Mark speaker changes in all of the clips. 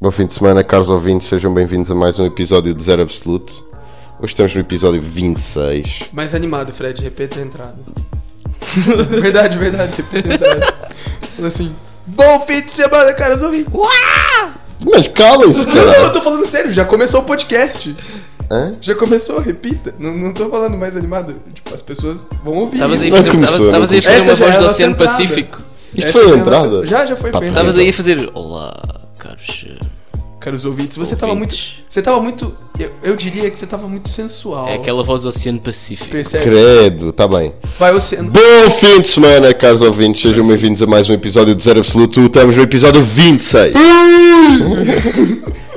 Speaker 1: Bom fim de semana, caros ouvintes, sejam bem-vindos a mais um episódio de Zero Absoluto. Hoje estamos no episódio 26.
Speaker 2: Mais animado, Fred, repete a entrada. verdade, verdade, repete a entrada. Fala assim, bom fim de semana, caros ouvintes.
Speaker 1: Mas calem-se,
Speaker 2: Não, eu
Speaker 1: cara!
Speaker 2: tô falando sério, já começou o podcast.
Speaker 1: Hã?
Speaker 2: Já começou, repita. Não, não tô falando mais animado. Tipo, as pessoas vão ouvir.
Speaker 3: Estavas aí a
Speaker 1: Não
Speaker 3: fazer,
Speaker 1: começou, não
Speaker 3: tavas- tavas aí a fazer
Speaker 2: começou.
Speaker 3: uma
Speaker 2: Essa já
Speaker 3: voz
Speaker 2: é
Speaker 3: do
Speaker 2: a
Speaker 3: Oceano
Speaker 2: nossa entrada.
Speaker 3: Pacífico.
Speaker 1: Isto
Speaker 2: Essa
Speaker 1: foi a
Speaker 2: é
Speaker 1: entrada?
Speaker 2: nossa- Já, já foi
Speaker 1: Pá, tá.
Speaker 2: foi a entrada.
Speaker 3: Estavas aí a fazer. Olá, caros. eh,
Speaker 2: Caros ouvintes, você tava muito.
Speaker 3: Ouvintes.
Speaker 2: Você tava muito. Eu, eu diria que você tava muito sensual.
Speaker 3: É aquela voz do Oceano Pacífico.
Speaker 2: Percebe?
Speaker 1: Credo, tá bem.
Speaker 2: Vai oceano.
Speaker 1: Bom fim de semana, caros ouvintes, sejam bem-vindos a mais um episódio de Zero Absoluto. Estamos no episódio 26.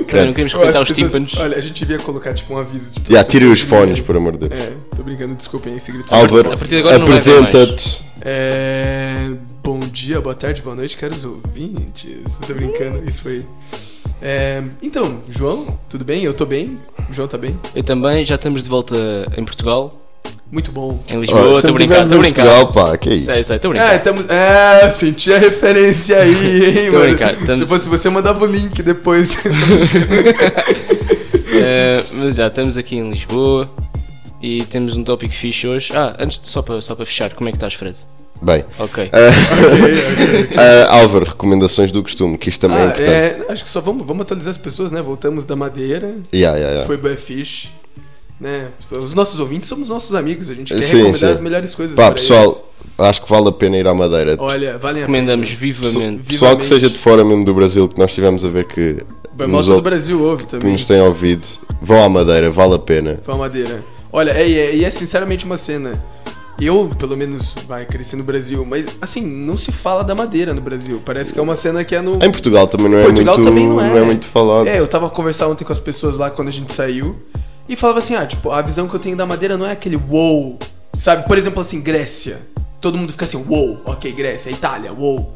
Speaker 3: Também não queremos
Speaker 2: Ó, as
Speaker 3: comentar os
Speaker 2: pessoas-
Speaker 3: tímpanos.
Speaker 2: Olha, a gente devia colocar tipo um aviso. Tipo,
Speaker 1: Já tirem os fones, por amor de Deus.
Speaker 2: É, tô brincando, desculpem esse grito.
Speaker 1: Álvaro,
Speaker 3: A partir de agora não vai haver
Speaker 1: apresenta-te.
Speaker 2: É. Bom dia, boa tarde, boa noite, caros ouvintes. Tô brincando, isso foi. É, então, João, tudo bem? Eu tô bem. O João tá bem?
Speaker 3: Eu também, já estamos de volta em Portugal,
Speaker 2: Muito bom.
Speaker 3: em
Speaker 1: Olha,
Speaker 3: Lisboa,
Speaker 1: se
Speaker 3: estou a
Speaker 1: não
Speaker 3: brincar,
Speaker 1: tivermos
Speaker 3: estou a
Speaker 1: em
Speaker 3: brincar.
Speaker 1: Portugal, pá, que é isso?
Speaker 3: Sei, sei, estou a
Speaker 2: Ah,
Speaker 3: brincar.
Speaker 2: estamos. É, senti a referência aí, hein,
Speaker 3: Tô
Speaker 2: mano.
Speaker 3: brincando, estamos-
Speaker 2: Se fosse você, eu mandava o link depois.
Speaker 3: Eh, mas já, estamos aqui em Lisboa e temos um tópico fixe hoje. Ah, antes de, só para só para fechar, como é que estás, Fred? Eh,
Speaker 1: Bem.
Speaker 3: Ok.
Speaker 1: Ah, Álvaro, recomendações do costume, que isto também é
Speaker 2: Ah,
Speaker 1: importante.
Speaker 2: é, acho que só vamos, vamos atualizar as pessoas, né? Voltamos da Madeira,
Speaker 1: Yeah, yeah, yeah.
Speaker 2: foi Bufffish. Né? Os nossos ouvintes somos nossos amigos, a gente quer
Speaker 1: Sim,
Speaker 2: recomendar
Speaker 1: sim.
Speaker 2: as melhores coisas.
Speaker 1: Pá,
Speaker 2: para eles.
Speaker 1: pessoal, acho que vale a pena ir à Madeira.
Speaker 2: Olha, valem a pena.
Speaker 3: Recomendamos vivamente.
Speaker 1: pessoal que
Speaker 2: vivamente.
Speaker 1: seja de fora mesmo do Brasil, que nós estivemos a ver que,
Speaker 2: Bem,
Speaker 1: nos,
Speaker 2: Malta do
Speaker 1: ou-
Speaker 2: Brasil ouve
Speaker 1: que
Speaker 2: também.
Speaker 1: nos tem ouvido, vão à Madeira, vale a pena.
Speaker 2: Pra madeira. Olha, é, e é, e é sinceramente uma cena. Eu, pelo menos, vai crescer no Brasil, mas assim, não se fala da madeira no Brasil. Parece que é uma cena que é no.
Speaker 1: Em Portugal também não é,
Speaker 2: Portugal
Speaker 1: muito,
Speaker 2: também não é.
Speaker 1: muito falado.
Speaker 2: É, eu tava conversando ontem com as pessoas lá quando a gente saiu. E falava assim, ah, tipo, a visão que eu tenho da madeira não é aquele wow. Sabe, por exemplo, assim, Grécia. Todo mundo fica assim, wow, ok, Grécia, Itália, wow.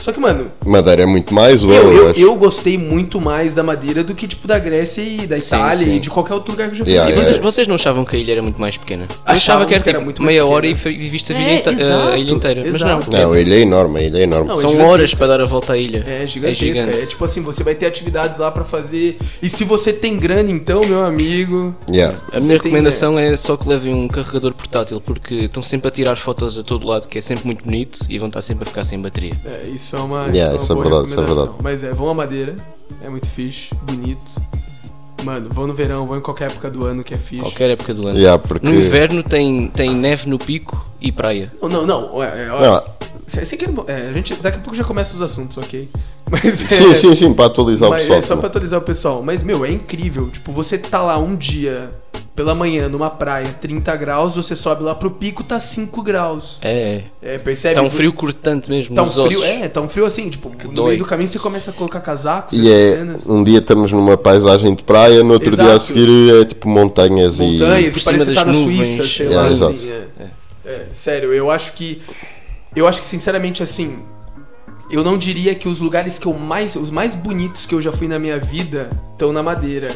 Speaker 2: Só que, mano,
Speaker 1: Madeira é muito mais, uau,
Speaker 2: eu,
Speaker 1: eu,
Speaker 2: eu,
Speaker 1: acho.
Speaker 2: eu gostei muito mais da madeira do que, tipo, da Grécia e da
Speaker 3: Sim,
Speaker 2: Itália
Speaker 3: sim.
Speaker 2: e de qualquer outro lugar que eu já fui.
Speaker 1: Yeah,
Speaker 3: E
Speaker 1: yeah,
Speaker 3: vocês,
Speaker 1: é.
Speaker 3: vocês não achavam que a ilha era muito mais pequena? Eu
Speaker 2: Achávamos
Speaker 3: achava que era,
Speaker 2: que era
Speaker 3: tipo,
Speaker 2: muito mais
Speaker 3: meia
Speaker 2: pequena.
Speaker 3: hora e fe- e viste a,
Speaker 2: É,
Speaker 3: ilha inte- eh, a- a ilha
Speaker 2: exato,
Speaker 3: inteira. Mas não.
Speaker 2: exato.
Speaker 1: Não, a ilha é enorme, a ilha é enorme.
Speaker 2: Não,
Speaker 3: São
Speaker 2: gigantesca.
Speaker 3: horas para dar a volta à ilha.
Speaker 2: É gigantesca. É,
Speaker 3: gigante.
Speaker 2: tipo assim, você vai ter atividades lá pra fazer. E se você tem grana, então, meu amigo.
Speaker 1: Yeah.
Speaker 3: A
Speaker 2: Você
Speaker 3: minha
Speaker 2: tem
Speaker 3: recomendação é só que levem um carregador portátil, porque estão sempre a tirar fotos a todo lado, que é sempre muito bonito, e vão estar sempre a ficar sem bateria.
Speaker 2: É, isso é uma.
Speaker 1: Yeah, isso
Speaker 2: isso é uma
Speaker 1: é
Speaker 2: boa
Speaker 1: verdade, isso é
Speaker 2: recomendação.
Speaker 1: verdade.
Speaker 2: Mas é, vão à madeira. É muito fixe, bonito. Mano, vão no verão, vão em qualquer época do ano que é fixe.
Speaker 3: Qualquer época do ano.
Speaker 1: Yeah, porque...
Speaker 3: No inverno tem, tem neve no pico e praia.
Speaker 2: Não, não, não. É, é, ó,
Speaker 1: Não,
Speaker 2: cê- cê quer- é, a gente, daqui a pouco já começa os assuntos, ok? Mas, é,
Speaker 1: sim, sim, sim, para atualizar o
Speaker 2: mas
Speaker 1: pessoal.
Speaker 2: é só pra
Speaker 1: também.
Speaker 2: atualizar o pessoal. Mas, meu, é incrível. Tipo, você tá lá um dia pela manhã numa praia, 30 graus, você sobe lá pro pico, tá 5 graus.
Speaker 3: É, é.
Speaker 2: É, percebe?
Speaker 3: Está um frio cortante mesmo
Speaker 2: Tá um
Speaker 3: nos ossos.
Speaker 2: frio, é, tá um frio assim, tipo, no
Speaker 3: dói.
Speaker 2: meio do caminho você começa a colocar casacos,
Speaker 1: E é,
Speaker 2: cenas,
Speaker 1: um dia estamos numa paisagem de praia, no outro dia a
Speaker 2: Exato.
Speaker 1: seguir é tipo montanhas,
Speaker 2: montanhas,
Speaker 3: por
Speaker 2: e parece
Speaker 3: cima
Speaker 2: que tá na
Speaker 3: das nuvens.
Speaker 2: Suíça, sei
Speaker 1: É,
Speaker 2: lá,
Speaker 1: exato.
Speaker 2: assim, é. É, sério, eu acho que, eu acho que sinceramente assim, eu não diria que os lugares que eu mais, os mais bonitos que eu já fui na minha vida estão na Madeira,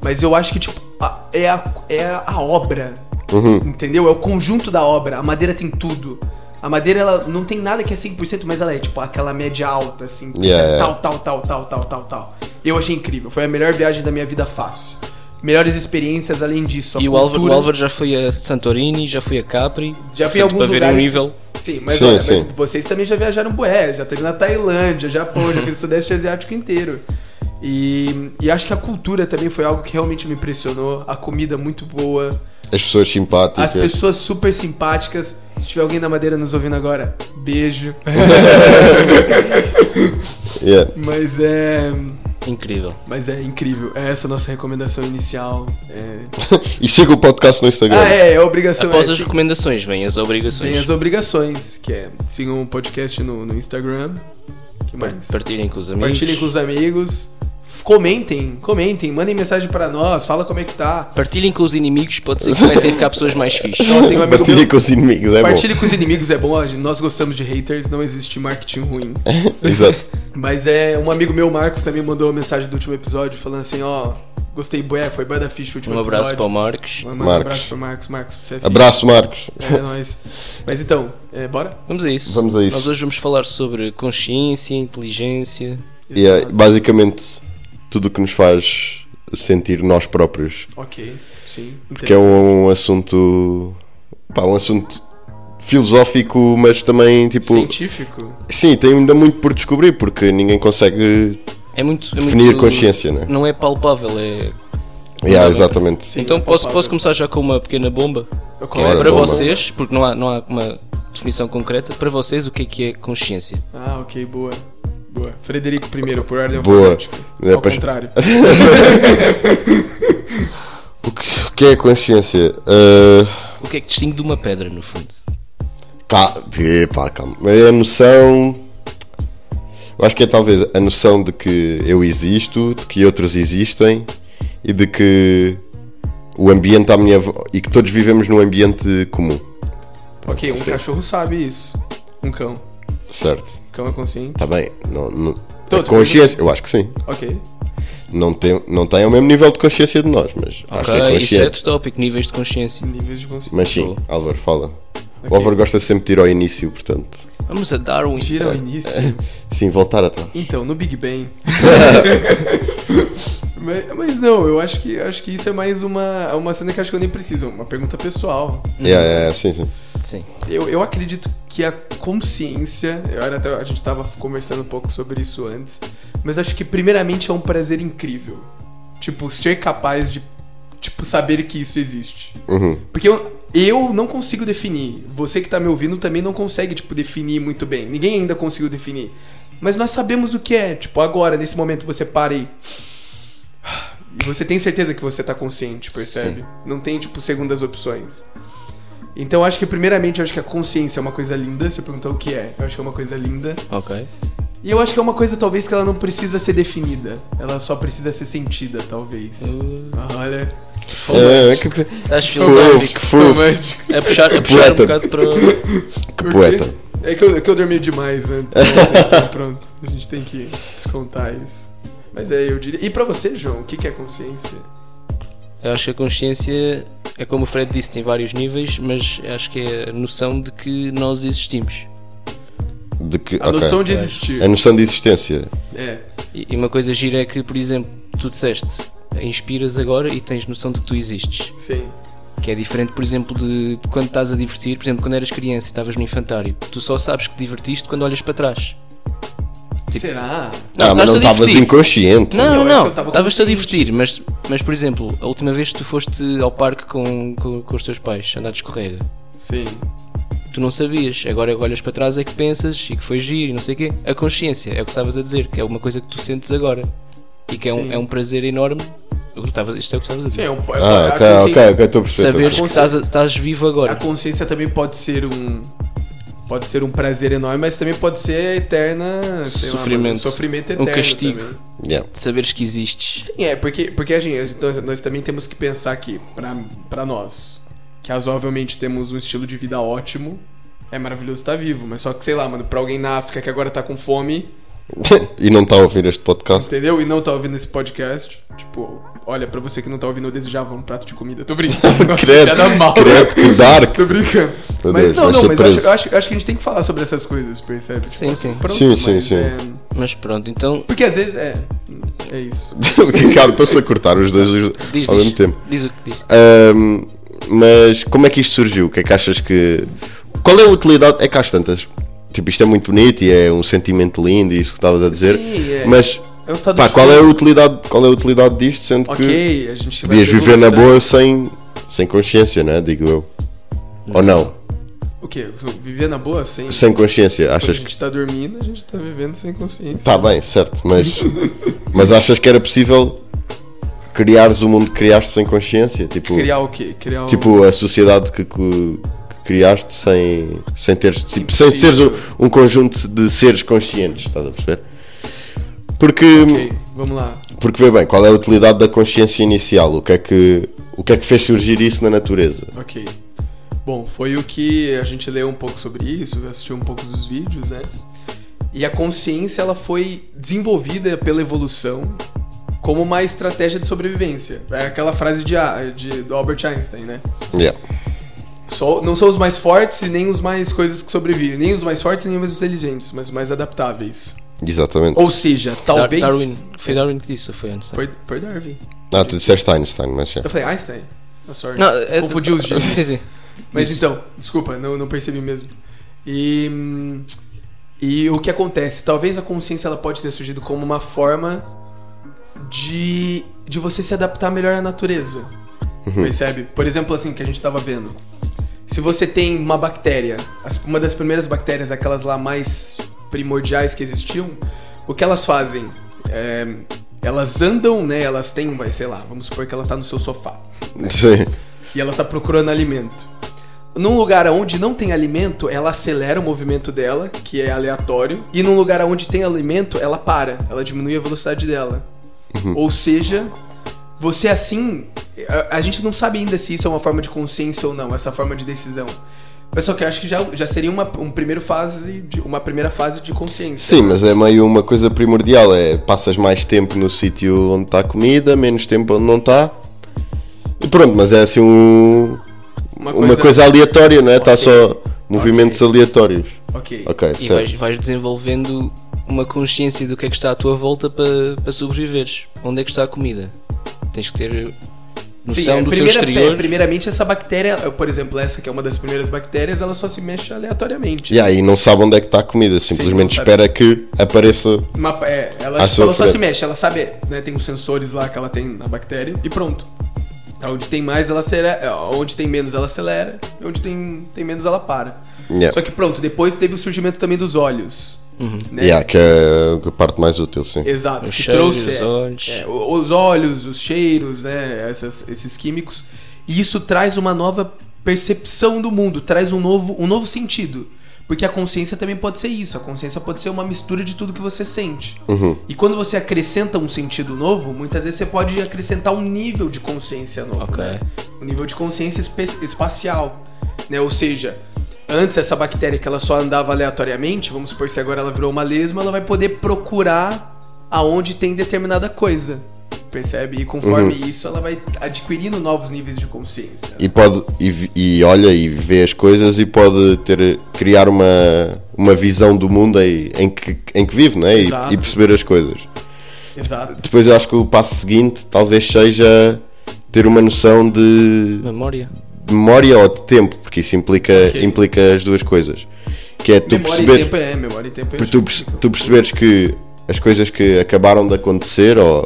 Speaker 2: mas eu acho que, tipo, a- é, a, é a obra,
Speaker 1: e... Uhum.
Speaker 2: entendeu? É o conjunto da obra, a Madeira tem tudo. A madeira, ela não tem nada que é 5%, mas ela é, tipo, aquela média alta, assim.
Speaker 1: Yeah, yeah.
Speaker 2: tal, tal, tal, tal, tal, tal, tal. Eu achei incrível. Foi a melhor viagem da minha vida fácil. Melhores experiências além disso. a
Speaker 3: E o Álvaro, o
Speaker 2: cultura.
Speaker 3: Álvaro já foi a Santorini, já foi a Capri.
Speaker 2: Já fui em
Speaker 3: portanto,
Speaker 2: alguns
Speaker 3: para é tipo ver
Speaker 2: lugares.
Speaker 3: o nível.
Speaker 2: Sim, mas
Speaker 1: Sim,
Speaker 2: olha,
Speaker 1: sim.
Speaker 2: mas vocês também já viajaram bué, já teve na Tailândia, Japão, já fez o Sudeste Asiático inteiro. E, e acho que a cultura também foi algo que realmente me impressionou. A comida muito boa,
Speaker 1: As pessoas simpáticas.
Speaker 2: as pessoas super simpáticas. Se tiver alguém da Madeira nos ouvindo agora, beijo.
Speaker 1: Yeah.
Speaker 2: Mas é.
Speaker 3: Incrível.
Speaker 2: Mas é incrível. É essa a nossa recomendação inicial. É...
Speaker 1: E siga o podcast no Instagram.
Speaker 2: Ah, é, é obrigação.
Speaker 3: Após
Speaker 2: é,
Speaker 3: as
Speaker 2: sim.
Speaker 3: recomendações, vêm as obrigações.
Speaker 2: Tem as obrigações, que é sigam o podcast no, no Instagram. que mais?
Speaker 3: Partilhem com os amigos.
Speaker 2: Compartilhem com os amigos. F- Comentem, comentem, mandem mensagem pra nós, fala como é que tá.
Speaker 3: Partilhem com os inimigos, pode ser que comecem a ficar pessoas mais fixes.
Speaker 2: Ó, tem um amigo
Speaker 1: Partilha
Speaker 2: meu-
Speaker 1: com os inimigos, é
Speaker 2: Compartilhe com os inimigos, é bom, ó, nós gostamos de haters, não existe marketing ruim.
Speaker 1: bom. Exato.
Speaker 2: Mas é, um amigo meu, Marcos, também mandou uma mensagem do último episódio falando assim, ó, gostei, bué, foi bué da ficha o último
Speaker 3: Um abraço para o
Speaker 2: episódio.
Speaker 3: Marcos.
Speaker 2: Manda Um
Speaker 1: Marcos.
Speaker 2: abraço pro Marcos, Marcos, você é fixe.
Speaker 1: Abraço, Marcos.
Speaker 2: É nóis. Mas então, é, bora?
Speaker 3: Vamos a isso.
Speaker 1: Vamos a isso.
Speaker 3: Nós hoje vamos falar sobre consciência, inteligência.
Speaker 1: E é, basicamente, tudo o que nos faz sentir nós próprios.
Speaker 2: Ok, sim.
Speaker 1: Porque é um assunto. pá, um assunto filosófico, mas também tipo.
Speaker 2: Científico?
Speaker 1: Sim, tem ainda muito por descobrir, porque ninguém consegue.
Speaker 3: É muito. é
Speaker 1: Definir
Speaker 3: muito-
Speaker 1: consciência, né?
Speaker 3: Não é palpável, é.
Speaker 1: Yeah, exatamente.
Speaker 2: Sim,
Speaker 3: então
Speaker 2: é
Speaker 3: posso,
Speaker 2: palpável.
Speaker 3: posso começar já com uma pequena bomba?
Speaker 2: Eu
Speaker 3: Que é
Speaker 1: Claro,
Speaker 3: para
Speaker 1: bomba.
Speaker 3: vocês, porque não há, não há uma definição concreta, para vocês o que é que é consciência?
Speaker 2: Ah, ok, boa. Boa. Frederico I, por ordem
Speaker 1: Boa.
Speaker 2: alfabética.
Speaker 1: É,
Speaker 2: Ao
Speaker 1: pois-
Speaker 2: contrário.
Speaker 1: O que, o que é consciência? Ah,
Speaker 3: O que é que distingue de uma pedra, no fundo?
Speaker 1: Ca- Epá, Tá, calma. É a noção. Eu acho que é talvez a noção de que eu existo, de que outros existem e de que o ambiente à minha vo- e que todos vivemos num ambiente comum,
Speaker 2: ok, um cachorro sabe isso. Um cão.
Speaker 1: certo?
Speaker 2: Cão é consciente.
Speaker 1: Está bem? Não, não... A
Speaker 2: Todos.
Speaker 1: consciência, eu acho que sim.
Speaker 2: Ok.
Speaker 1: Não tem, não tem o mesmo nível de consciência de nós, mas acho que é
Speaker 3: ok, isso é
Speaker 1: consciente.
Speaker 3: outro tópico, níveis de consciência.
Speaker 2: Níveis de consciência.
Speaker 1: Mas sim, Álvaro, fala.
Speaker 2: Ok.
Speaker 1: O Álvaro gosta sempre de ir ao início, portanto.
Speaker 3: Vamos a Darwin.
Speaker 2: Gira ao início.
Speaker 1: Sim, voltar atrás.
Speaker 2: Então, no Big Bang. mas, mas não, eu acho que, acho que isso é mais uma, uma cena que acho que eu nem preciso. Uma pergunta pessoal.
Speaker 1: É, é, é, sim, sim.
Speaker 3: Sim.
Speaker 2: Eu, eu acredito que a consciência, eu era até- a gente tava conversando um pouco sobre isso antes, mas eu acho que primeiramente é um prazer incrível. Tipo, ser capaz de tipo saber que isso existe.
Speaker 1: Uhum.
Speaker 2: Porque eu, eu não consigo definir. Você que tá me ouvindo também não consegue tipo definir muito bem. Ninguém ainda conseguiu definir. Mas nós sabemos o que é. Tipo, agora, nesse momento você para e e você tem certeza que você tá consciente, percebe?
Speaker 1: Sim.
Speaker 2: Não tem tipo segundas opções. Então eu acho que primeiramente eu acho que a consciência é uma coisa linda. Você perguntou o que é. Eu acho que é uma coisa linda.
Speaker 3: Ok.
Speaker 2: E eu acho que é uma coisa talvez que ela não precisa ser definida. Ela só precisa ser sentida, talvez. Ah, Olha,
Speaker 1: É, que, que
Speaker 3: Estás
Speaker 1: fofo,
Speaker 3: filosófico.
Speaker 1: que fofo.
Speaker 2: romântico.
Speaker 3: A puxar, a puxar um
Speaker 1: Poeta.
Speaker 3: bocado para.
Speaker 1: Que poeta.
Speaker 2: É que eu, é que eu dormi demais antes. Então, pronto, a gente tem que descontar isso. Mas é, eu diria. E pra você, João, o que, que é consciência?
Speaker 3: Eu acho que a consciência é como o Fred disse, tem vários níveis, mas acho que é a noção de que nós existimos.
Speaker 1: De que,
Speaker 2: A
Speaker 1: ok.
Speaker 2: noção de existir.
Speaker 1: A noção de existência.
Speaker 2: É.
Speaker 3: E e uma coisa gira é que, por exemplo, tu disseste, inspiras agora e tens noção de que tu existes.
Speaker 2: Sim.
Speaker 3: Que é diferente, por exemplo, de, de quando estás a divertir, por exemplo, quando eras criança e estavas no infantário, tu só sabes que te divertiste quando olhas para trás. Tipo-
Speaker 2: Será?
Speaker 1: ah, mas não
Speaker 3: estás-te a divertir.
Speaker 1: estavas inconsciente.
Speaker 3: Não,
Speaker 2: Eu acho
Speaker 3: não,
Speaker 2: que eu
Speaker 3: não.
Speaker 2: tava
Speaker 3: Estavas-te a
Speaker 2: consciente.
Speaker 3: divertir, mas, mas, por exemplo, a última vez que tu foste ao parque com, com, com os teus pais, andar de escorrega,
Speaker 2: Sim.
Speaker 3: tu não sabias. Agora que olhas para trás é que pensas e que foi giro e não sei o quê. A consciência é o que estavas a dizer, que é uma coisa que tu sentes agora e que é, um,
Speaker 2: Sim.
Speaker 3: é um prazer enorme. O que estavas- Isto é o que estavas a
Speaker 2: Sim,
Speaker 3: dizer.
Speaker 2: é um, é
Speaker 1: Ah,
Speaker 2: a
Speaker 1: ok,
Speaker 2: consciência-
Speaker 1: ok, ok, estou a perceber.
Speaker 3: Saberes
Speaker 1: estou
Speaker 3: que
Speaker 1: a
Speaker 3: estás, a- estás vivo
Speaker 2: A
Speaker 3: agora.
Speaker 2: consciência também pode ser um. Pode ser um prazer enorme, mas também pode ser eterna. sei lá,
Speaker 3: Sofrimento.
Speaker 2: um sofrimento
Speaker 3: Um
Speaker 2: eterno.
Speaker 3: castigo.
Speaker 2: também.
Speaker 1: perceber. Yeah.
Speaker 3: De saberes que existes.
Speaker 2: Sim, é, porque, porque a gente, nós, nós também temos que pensar que, pra, pra nós, que razoavelmente temos um estilo de vida ótimo, é maravilhoso estar vivo, mas só que, sei lá, mano, pra alguém na África que agora tá com fome,
Speaker 1: e não está a ouvir este podcast.
Speaker 2: entendeu? E não tá ouvindo esse podcast, tipo, olha, pra você que não tá ouvindo, eu desejava um prato de comida. Tô brincando. Nossa,
Speaker 1: Credo,
Speaker 2: piada mal.
Speaker 1: credo, que dark.
Speaker 2: Tô brincando.
Speaker 1: Meu
Speaker 2: mas
Speaker 1: Deus,
Speaker 2: não,
Speaker 1: vai
Speaker 2: não,
Speaker 1: ser
Speaker 2: mas eu acho,
Speaker 1: preso.
Speaker 2: eu acho- eu acho que a gente tem que falar sobre essas coisas, percebe? Tipo,
Speaker 3: Sim, sim.
Speaker 2: pronto,
Speaker 1: Sim, sim,
Speaker 2: mas
Speaker 1: sim.
Speaker 2: é-
Speaker 3: Mas pronto, então
Speaker 2: Porque às vezes é. É isso.
Speaker 1: Ricardo, estou-se a cortar os dois
Speaker 3: diz,
Speaker 1: ao
Speaker 3: diz,
Speaker 1: mesmo tempo.
Speaker 3: diz o que diz.
Speaker 1: Ahm, mas como é que isto surgiu? O que é que achas que. Qual é a utilidade? É que às tantas. Tipo, isto é muito bonito e é um sentimento lindo e isso que estavas a dizer.
Speaker 2: Sim, é.
Speaker 1: Mas
Speaker 2: É um estado
Speaker 1: pá,
Speaker 2: de
Speaker 1: qual é a
Speaker 2: fome.
Speaker 1: utilidade, qual é a utilidade disto, sendo que
Speaker 2: Ok, a gente vai
Speaker 1: podias
Speaker 2: ter
Speaker 1: viver na
Speaker 2: evolução.
Speaker 1: é boa sem, sem consciência, né? Digo eu. Ou não?
Speaker 2: O quê? Viver na boa sem.
Speaker 1: Sem consciência,
Speaker 2: Quando a
Speaker 1: achas que.
Speaker 2: gente tá dormindo, a gente tá vivendo sem consciência.
Speaker 1: Tá bem, certo, mas. mas achas que era possível criares o mundo que criaste sem consciência? Tipo,
Speaker 2: Criar o quê? Criar o-
Speaker 1: tipo a sociedade que, que- que criaste sem, sem teres. Tipo, sem
Speaker 2: Impossível.
Speaker 1: seres um, um conjunto de seres conscientes, estás a perceber? Porque.
Speaker 2: Ok, vamos lá.
Speaker 1: Porque vê bem, qual é a utilidade da consciência inicial? O que é que, o que, é que fez surgir isso na natureza?
Speaker 2: Ok. Bom, foi o que a gente leu um pouco sobre isso, assistiu um pouco dos vídeos, né? E a consciência ela foi desenvolvida pela evolução como uma estratégia de sobrevivência. É aquela frase de, A- de do Albert Einstein, né?
Speaker 1: Yeah.
Speaker 2: Só, não são os mais fortes e nem os mais coisas que sobrevivem, nem os mais fortes nem os mais inteligentes, mas os mais adaptáveis.
Speaker 1: Exatamente.
Speaker 2: Ou seja, talvez.
Speaker 3: Dar- Darwin. Foi Darwin que disse, ou foi Einstein?
Speaker 2: Foi, foi Darwin.
Speaker 1: Ah, tu disseste Einstein, mas é.
Speaker 2: Eu falei Einstein. Ah, sorry.
Speaker 3: Não, é-
Speaker 2: Confundi os dias.
Speaker 3: Sim, sim.
Speaker 2: Mas então, desculpa, não, não percebi mesmo. E, hum, e o que acontece? Talvez a consciência ela pode ter surgido como uma forma de, de você se adaptar melhor à natureza. Percebe? Por exemplo, assim, que a gente tava vendo. Se você tem uma bactéria, as- uma das primeiras bactérias, aquelas lá mais primordiais que existiam, o que elas fazem? É, elas andam, né? Elas têm, vai, sei lá, vamos supor que ela tá no seu sofá
Speaker 1: é. Sim.
Speaker 2: e ela tá procurando alimento. Num lugar onde não tem alimento, ela acelera o movimento dela, que é aleatório, e num lugar onde tem alimento, ela para, ela diminui a velocidade dela.
Speaker 1: Uhum.
Speaker 2: Ou seja, você assim, a, a gente não sabe ainda se isso é uma forma de consciência ou não, essa forma de decisão. Mas só que eu acho que já, já seria uma, um primeiro fase de- uma primeira fase de consciência.
Speaker 1: Sim, mas é meio uma coisa primordial. É passas mais tempo no sítio onde está a comida, menos tempo onde não está. E pronto, mas é assim um- uma, coisa... aleatória, não é? Está
Speaker 2: Ok.
Speaker 1: só movimentos aleatórios.
Speaker 2: Ok.
Speaker 1: Ok,
Speaker 3: E vais,
Speaker 1: certo.
Speaker 3: vais desenvolvendo uma consciência do que é que está à tua volta para para sobreviveres. Onde é que está a comida? Tens que ter noção
Speaker 2: é,
Speaker 3: um do teu
Speaker 2: primeira-
Speaker 3: exterior.
Speaker 2: é, primeiramente, essa bactéria, por exemplo, essa que é uma das primeiras bactérias, ela só se mexe aleatoriamente.
Speaker 1: E aí não sabe onde é que está a comida, simplesmente
Speaker 2: não sabe.
Speaker 1: espera que apareça.
Speaker 2: Uma- é, ela,
Speaker 1: A
Speaker 2: tipo,
Speaker 1: sua
Speaker 2: ela só
Speaker 1: frente.
Speaker 2: se mexe, ela sabe, né, tem os sensores lá que ela tem na bactéria e pronto. Onde tem mais ela acelera, é, onde tem menos ela acelera, onde tem, tem menos ela para.
Speaker 1: Yeah.
Speaker 2: Só que pronto, depois teve o surgimento também dos olhos. Né?
Speaker 1: Yeah, que é a parte mais útil, sim.
Speaker 2: Exato,
Speaker 3: Os
Speaker 2: que
Speaker 3: cheiros,
Speaker 2: trouxe
Speaker 3: os
Speaker 2: é,
Speaker 3: olhos.
Speaker 2: é, o- os olhos, os cheiros, né, essas- esses químicos. E isso traz uma nova percepção do mundo, traz um novo, um novo sentido. Porque a consciência também pode ser isso, a consciência pode ser uma mistura de tudo que você sente. E quando você acrescenta um sentido novo, muitas vezes você pode acrescentar um nível de consciência novo,
Speaker 3: Ok.
Speaker 2: né? Um nível de consciência espe- espacial, né? Ou seja, antes essa bactéria que ela só andava aleatoriamente, vamos supor se agora ela virou uma lesma, ela vai poder procurar aonde tem determinada coisa. Percebe? E conforme
Speaker 1: Uhum.
Speaker 2: isso, ela vai adquirindo novos níveis de consciência.
Speaker 1: E pode e, vi- e olha e vê as coisas e pode ter criar uma uma visão do mundo em, em que em que vive, né? E,
Speaker 2: Exato.
Speaker 1: e perceber as coisas.
Speaker 2: Exato.
Speaker 1: Depois eu acho que o passo seguinte talvez seja ter uma noção de
Speaker 3: Memória.
Speaker 1: memória ou de tempo, porque isso implica
Speaker 2: Ok.
Speaker 1: implica as duas coisas. Que é tu
Speaker 2: memória
Speaker 1: perceber
Speaker 2: e tempo é, memória e tempo é.
Speaker 1: tu, perce- tu perceberes que as coisas que acabaram de acontecer ou,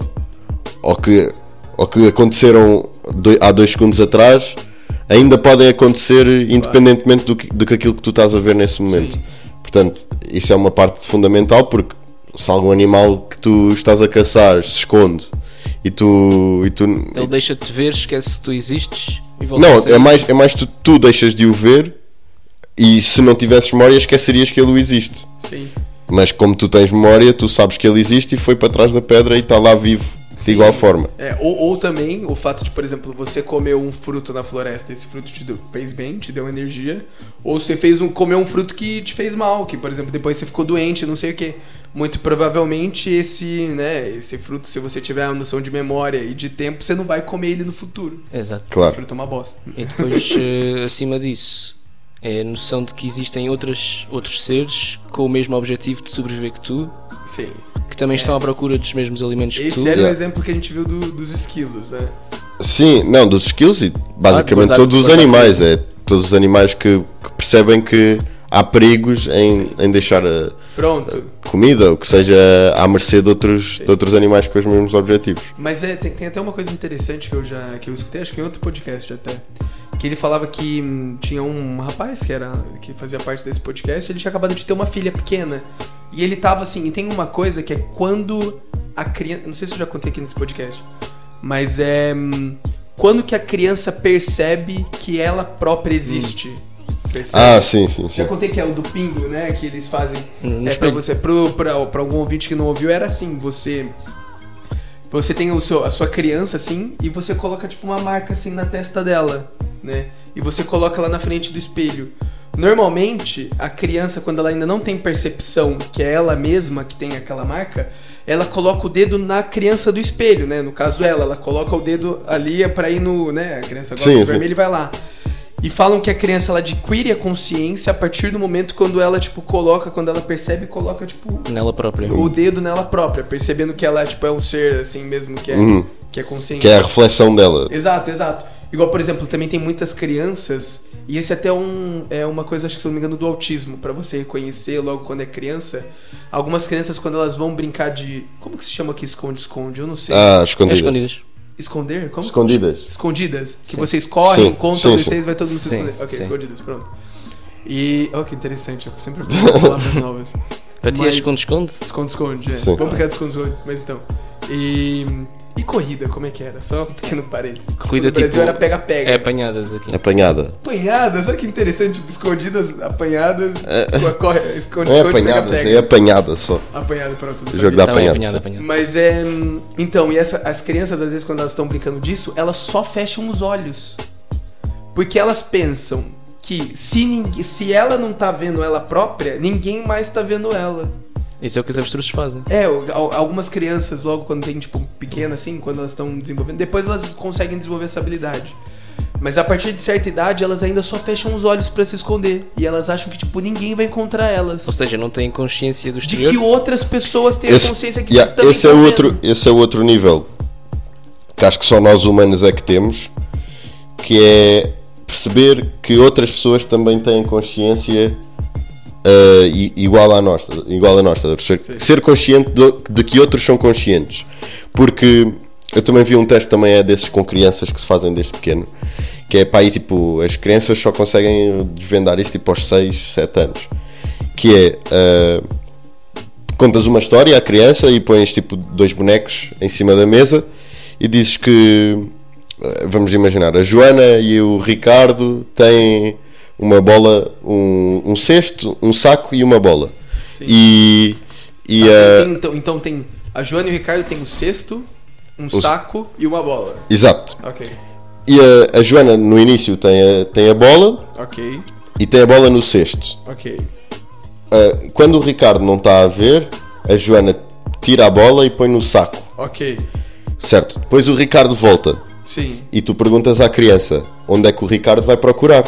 Speaker 1: ou, que, ou que aconteceram do- há dois segundos atrás ainda podem acontecer independentemente do que, do que aquilo que tu estás a ver nesse momento.
Speaker 2: Sim.
Speaker 1: Portanto, isso é uma parte fundamental porque se algum animal que tu estás a caçar se esconde e tu. E tu
Speaker 3: Ele deixa-te ver, esquece que tu existes e volta a
Speaker 1: não,
Speaker 3: sair.
Speaker 1: é mais, é mais tu, tu deixas de o ver e se não tivesses memória esquecerias que ele existe.
Speaker 2: Sim.
Speaker 1: Mas como tu tens memória, tu sabes que ele existe e foi para trás da pedra e está lá vivo de igual forma.
Speaker 2: É, ou, ou também o fato de, por exemplo, você comeu um fruto na floresta, esse fruto te deu- fez bem, te deu energia, ou você fez um, comeu um fruto que te fez mal, que, por exemplo, depois você ficou doente, não sei o quê. Muito provavelmente esse, né, esse fruto, se você tiver a noção de memória e de tempo, você não vai comer ele no futuro.
Speaker 3: Exato.
Speaker 2: Esse
Speaker 1: Claro.
Speaker 2: fruto é uma bosta.
Speaker 3: E depois, eh, acima disso, é a noção de que existem outras, outros seres com o mesmo objetivo de sobreviver que tu,
Speaker 2: Sim.
Speaker 3: que também estão à procura dos mesmos alimentos que
Speaker 2: Esse
Speaker 3: tu.
Speaker 2: era o
Speaker 1: Yeah.
Speaker 2: exemplo que a gente viu do- dos esquilos, né?
Speaker 1: Sim, não, dos skills e basicamente
Speaker 3: guardar-
Speaker 1: todos os
Speaker 3: guardar-
Speaker 1: animais. É todos os animais que, que percebem que há perigos em, em deixar a
Speaker 2: Pronto.
Speaker 1: comida ou que seja à mercê de outros, de outros animais com os mesmos objetivos.
Speaker 2: Mas é, tem, tem até uma coisa interessante que eu já que eu escutei, acho que em outro podcast até. Que ele falava que hum, tinha um rapaz que era que fazia parte desse podcast, ele tinha acabado de ter uma filha pequena. E ele tava assim, e tem uma coisa que é quando a criança. Não sei se eu já contei aqui nesse podcast, mas é. hum, Quando que a criança percebe que ela própria existe? Percebe?
Speaker 1: Ah, sim, sim,
Speaker 2: Já
Speaker 1: sim.
Speaker 2: contei que é o do pingo, né? Que eles fazem.
Speaker 3: No-
Speaker 2: é
Speaker 3: no
Speaker 2: pra
Speaker 3: espelho.
Speaker 2: você, pro, pra, pra algum ouvinte que não ouviu, era assim, você. Você tem o seu, a sua criança assim e você coloca tipo uma marca assim na testa dela, né? E você coloca ela na frente do espelho. Normalmente, a criança, quando ela ainda não tem percepção que é ela mesma que tem aquela marca, ela coloca o dedo na criança do espelho, né? No caso ela, ela coloca o dedo ali é pra ir no, né? A criança gosta
Speaker 1: Sim,
Speaker 2: do
Speaker 1: sim.
Speaker 2: vermelho e vai lá. E falam que a criança ela adquire a consciência a partir do momento quando ela, tipo, coloca, quando ela percebe, coloca, tipo,
Speaker 3: nela própria.
Speaker 2: o dedo nela própria, percebendo que ela, tipo, é um ser assim mesmo que é,
Speaker 1: Uhum.
Speaker 2: que é consciente.
Speaker 1: Que é a reflexão dela.
Speaker 2: Exato, exato. Igual, por exemplo, também tem muitas crianças, e esse até é um, é uma coisa, acho que se eu não me engano, do autismo, pra você reconhecer logo quando é criança. Algumas crianças, quando elas vão brincar de. Como que se chama aqui esconde-esconde? Eu não sei.
Speaker 1: Ah,
Speaker 3: É
Speaker 1: escondidas.
Speaker 3: escondidas.
Speaker 2: Esconder? Como? é?
Speaker 1: Escondidas.
Speaker 2: Escondidas. Que
Speaker 3: Sim.
Speaker 2: vocês correm,
Speaker 1: Sim,
Speaker 2: contam,
Speaker 1: sim,
Speaker 2: vocês, vai todo mundo se
Speaker 3: Sim,
Speaker 2: esconder. Ok,
Speaker 3: sim.
Speaker 2: escondidas, pronto. E. Oh, que interessante, eu sempre aprendo palavras novas.
Speaker 3: Para ti é
Speaker 2: Mas-
Speaker 3: esconde-esconde?
Speaker 2: Desconto, esconde, é.
Speaker 1: Sim.
Speaker 2: Vamos brincar de desconto, esconde. Mas então. E. E corrida, como é que era? Só um pequeno parênteses.
Speaker 3: Corrida,
Speaker 2: no Brasil
Speaker 3: tipo,
Speaker 2: era pega-pega.
Speaker 3: É apanhadas aqui.
Speaker 1: Apanhada.
Speaker 2: Apanhadas, olha que interessante, tipo, escondidas, apanhadas, co- corre, esconde,
Speaker 1: Não é
Speaker 2: esconde, pega,
Speaker 1: apanhada,
Speaker 2: pega.
Speaker 1: é apanhada só.
Speaker 2: Apanhada, pronto. não
Speaker 1: Jogo
Speaker 2: sabia.
Speaker 1: da
Speaker 3: Também
Speaker 1: apanhada.
Speaker 3: Tá apanhada,
Speaker 1: sim.
Speaker 3: apanhada.
Speaker 2: Mas é. hum, Então, e essa- as crianças, às vezes, quando elas estão brincando disso, elas só fecham os olhos. Porque elas pensam que se, ninguém, se ela não tá vendo ela própria, ninguém mais tá vendo ela.
Speaker 3: Isso é o que os avestruzes fazem.
Speaker 2: É, o- al- algumas crianças, logo quando tem, tipo, pequena, assim, quando elas estão desenvolvendo, depois elas conseguem desenvolver essa habilidade. Mas a partir de certa idade, elas ainda só fecham os olhos pra se esconder. E elas acham que, tipo, ninguém vai encontrar elas.
Speaker 3: Ou seja, não têm consciência do
Speaker 2: De
Speaker 3: exterior.
Speaker 2: que outras pessoas têm a consciência que
Speaker 1: yeah,
Speaker 2: também
Speaker 1: esse é
Speaker 2: tá
Speaker 1: outro,
Speaker 2: vendo.
Speaker 1: esse é outro nível que acho que só nós humanos é que temos, que é perceber que outras pessoas também têm consciência eh, i- igual à nossa, igual a nossa, ser, ser consciente do- de que outros são conscientes, porque eu também vi um teste também é desses com crianças que se fazem desde pequeno, que é para aí tipo as crianças só conseguem desvendar isso tipo aos 6, 7 anos, que é eh, contas uma história à criança e pões tipo dois bonecos em cima da mesa e dizes que eh, vamos imaginar a Joana e o Ricardo têm uma bola um, um cesto um saco e uma bola e e
Speaker 2: Ah,
Speaker 1: a
Speaker 2: tem- então, então tem. A Joana e o Ricardo tem o cesto, um saco e uma bola.
Speaker 1: exato
Speaker 2: Ok.
Speaker 1: e a, a Joana no início tem a, tem a bola
Speaker 2: Ok.
Speaker 1: e tem a bola no cesto
Speaker 2: Ok.
Speaker 1: Ah, quando o Ricardo não está a ver a Joana tira a bola e põe no saco
Speaker 2: Ok.
Speaker 1: certo depois o Ricardo volta
Speaker 2: Sim.
Speaker 1: e tu perguntas à criança onde é que o Ricardo vai procurar.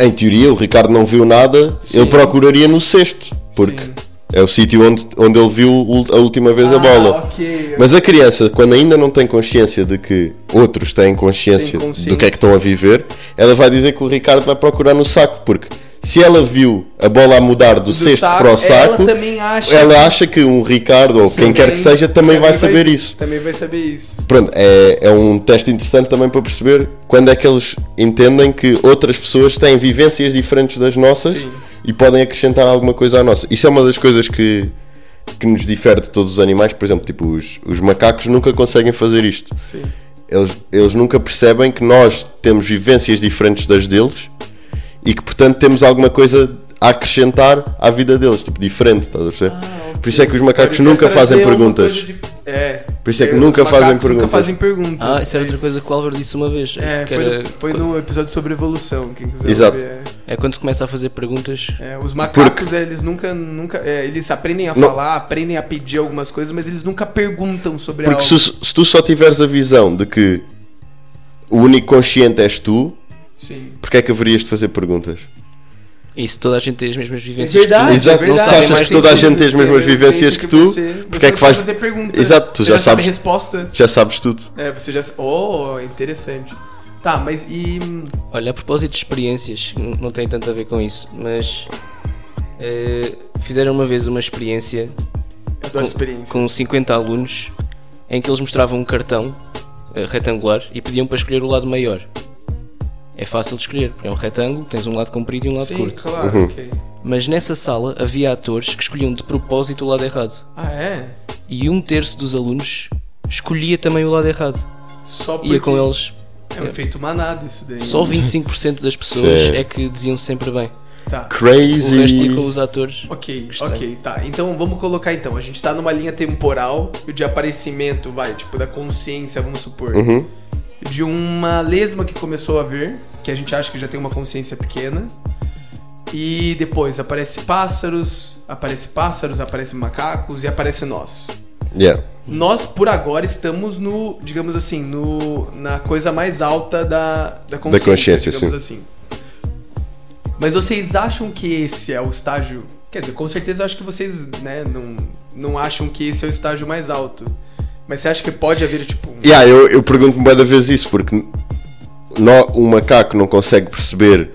Speaker 1: Em teoria, o Ricardo não viu nada,
Speaker 2: Sim.
Speaker 1: ele procuraria no cesto, porque
Speaker 2: Sim.
Speaker 1: é o sítio onde, onde ele viu ul- a última vez a
Speaker 2: Ah,
Speaker 1: bola.
Speaker 2: ok.
Speaker 1: Mas a criança, quando ainda não tem consciência de que outros têm consciência,
Speaker 2: Tem consciência.
Speaker 1: do que é que estão a viver, ela vai dizer que o Ricardo vai procurar no saco, porque se ela viu a bola a mudar do,
Speaker 2: Do
Speaker 1: cesto
Speaker 2: saco,
Speaker 1: para o
Speaker 2: ela
Speaker 1: saco,
Speaker 2: também acha
Speaker 1: ela acha que um Ricardo ou quem quer que seja também vai saber isso.
Speaker 2: Também vai saber isso.
Speaker 1: Pronto, é, é um teste interessante também para perceber quando é que eles entendem que outras pessoas têm vivências diferentes das nossas
Speaker 2: Sim.
Speaker 1: e podem acrescentar alguma coisa à nossa. Isso é uma das coisas que, que nos difere de todos os animais, por exemplo, tipo, os, os macacos nunca conseguem fazer isto.
Speaker 2: Sim.
Speaker 1: Eles, eles nunca percebem que nós temos vivências diferentes das deles e que, portanto, temos alguma coisa a acrescentar à vida deles, tipo, diferente, estás a perceber?
Speaker 2: Ah,
Speaker 1: Por isso é que os macacos
Speaker 2: Pode
Speaker 1: nunca
Speaker 2: trazer
Speaker 1: fazem
Speaker 2: alguma
Speaker 1: perguntas.
Speaker 2: coisa de- É.
Speaker 1: Por isso é que
Speaker 2: os
Speaker 1: nunca
Speaker 2: macacos
Speaker 1: fazem
Speaker 2: Nunca
Speaker 1: perguntas.
Speaker 2: fazem perguntas.
Speaker 3: Ah, isso era outra coisa que o Álvaro disse uma vez.
Speaker 2: É,
Speaker 3: que
Speaker 2: foi,
Speaker 3: era-
Speaker 2: no, foi no episódio sobre evolução, quem quiser
Speaker 1: Exato.
Speaker 2: ver.
Speaker 3: É quando se começa a fazer perguntas.
Speaker 2: É, os macacos, é, eles nunca, nunca, é, eles aprendem a
Speaker 1: Não.
Speaker 2: falar, aprendem a pedir algumas coisas, mas eles nunca perguntam sobre
Speaker 1: Porque
Speaker 2: algo.
Speaker 1: se, se tu só tiveres a visão de que o único consciente és tu,
Speaker 2: Sim.
Speaker 1: porque é que haverias de fazer perguntas?
Speaker 3: E se toda a gente tem as mesmas
Speaker 2: É
Speaker 3: vivências.
Speaker 2: verdade,
Speaker 1: Exato,
Speaker 2: é
Speaker 1: não
Speaker 2: verdade.
Speaker 1: achas
Speaker 2: Mas
Speaker 1: que toda a
Speaker 2: tem
Speaker 1: gente tem as mesmas
Speaker 2: é,
Speaker 1: vivências
Speaker 2: tem
Speaker 1: que tu?
Speaker 2: Você,
Speaker 1: Porque
Speaker 2: você
Speaker 1: é
Speaker 2: não
Speaker 1: que faz-
Speaker 2: pode fazer pergunta.
Speaker 1: Exato, tu
Speaker 2: você
Speaker 1: já
Speaker 2: sabe
Speaker 1: sabes.
Speaker 2: a resposta.
Speaker 1: Já sabes tudo.
Speaker 2: É, você já. Oh, interessante. Tá, mas e.
Speaker 3: Olha, a propósito de experiências, n- não tem tanto a ver com isso, mas eh, fizeram uma vez uma experiência
Speaker 2: Adoro experiência.
Speaker 3: com 50 alunos em que eles mostravam um cartão eh, retangular e pediam para escolher o lado maior. É fácil de escolher, porque é um retângulo, tens um lado comprido e um lado
Speaker 2: Sim,
Speaker 3: curto.
Speaker 2: claro,
Speaker 1: Uhum.
Speaker 2: ok.
Speaker 3: Mas nessa sala havia atores que escolhiam de propósito o lado errado.
Speaker 2: Ah, é?
Speaker 3: E um terço dos alunos escolhia também o lado errado.
Speaker 2: Só porque.
Speaker 3: Ia com eles.
Speaker 2: É um efeito manada isso daí.
Speaker 3: Só 25% das pessoas
Speaker 1: Sim.
Speaker 3: é que diziam sempre bem.
Speaker 2: Tá.
Speaker 3: O resto
Speaker 2: é
Speaker 3: ia com
Speaker 1: Crazy.
Speaker 3: os atores.
Speaker 2: Ok,
Speaker 3: Estranho.
Speaker 2: ok, tá. Então vamos colocar então. A gente tá numa linha temporal de aparecimento, vai, tipo, da consciência, vamos supor.
Speaker 1: Uhum.
Speaker 2: De uma lesma que começou a ver, que a gente acha que já tem uma consciência pequena. E depois aparece pássaros, aparece pássaros, aparece macacos e aparece nós.
Speaker 1: Yeah.
Speaker 2: Nós, por agora, estamos no, digamos assim, no, na coisa mais alta da, da consciência,
Speaker 1: consciência,
Speaker 2: digamos assim. Mas vocês acham que esse é o estágio... Quer dizer, com certeza eu acho que vocês né, não, não acham que esse é o estágio mais alto. Mas você acha que pode haver, tipo... um-
Speaker 1: Yeah, eu, eu pergunto-me bué da vez isso, porque nó- o macaco não consegue perceber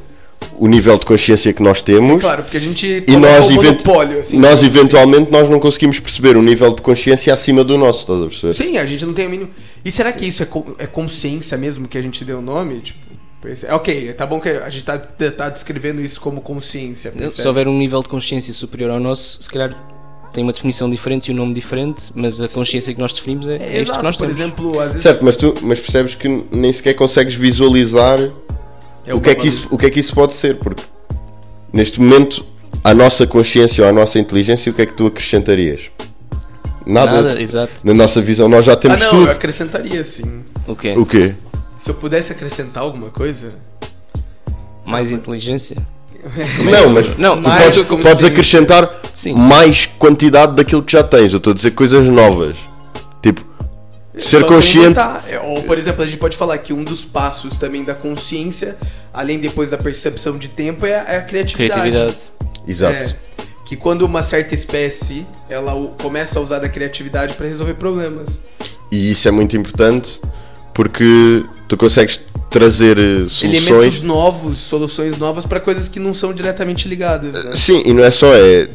Speaker 1: o nível de consciência que nós temos
Speaker 2: Claro, porque a gente
Speaker 1: e nós,
Speaker 2: um
Speaker 1: event-
Speaker 2: monopólio, assim.
Speaker 1: nós
Speaker 2: digamos assim.
Speaker 1: eventualmente nós não conseguimos perceber um nível de consciência acima do nosso, estás a perceber?
Speaker 2: Sim, a gente não tem o mínimo. E será que isso é, co- é consciência mesmo que a gente deu o nome? Tipo, pois é, ok, tá bom que a gente tá, tá descrevendo isso como consciência. pois é.
Speaker 3: Se houver um nível de consciência superior ao nosso, se calhar tem uma definição diferente e um nome diferente, mas a consciência que nós definimos é,
Speaker 2: É,
Speaker 3: é isto
Speaker 2: exato,
Speaker 3: que nós
Speaker 2: por
Speaker 3: temos.
Speaker 2: exemplo, às vezes.
Speaker 1: Certo, mas tu mas percebes que nem sequer consegues visualizar o, que é
Speaker 2: assim,
Speaker 1: que isso, o que é que isso pode ser, porque neste momento a nossa consciência ou a nossa inteligência, o que é que tu acrescentarias? Nada.
Speaker 3: Nada, exato.
Speaker 1: Na nossa visão nós já
Speaker 2: Ah,
Speaker 1: temos
Speaker 2: não, eu
Speaker 1: tudo.
Speaker 2: acrescentaria sim.
Speaker 3: O quê?
Speaker 1: O quê?
Speaker 2: Se eu pudesse acrescentar alguma coisa.
Speaker 3: Mais inteligência?
Speaker 2: é
Speaker 1: Não, mas
Speaker 3: Não,
Speaker 1: tu
Speaker 2: mais
Speaker 1: podes,
Speaker 2: como
Speaker 1: podes
Speaker 2: assim?
Speaker 1: acrescentar
Speaker 3: Sim.
Speaker 1: mais quantidade daquilo que já tens. Eu estou a dizer coisas novas. Tipo, ser
Speaker 2: só
Speaker 1: consciente.
Speaker 2: inventar. É, Ou, por exemplo, a gente pode falar que um dos passos também da consciência, além depois da percepção de tempo, é a, é a
Speaker 3: Criatividade.
Speaker 1: Exato.
Speaker 2: É, que quando uma certa espécie ela o- começa a usar da criatividade para resolver problemas.
Speaker 1: E isso é muito importante porque tu consegues trazer eh,
Speaker 2: Elementos
Speaker 1: soluções.
Speaker 2: novos, soluções novas para coisas que não são diretamente ligadas. né?
Speaker 1: Sim, e não é só é.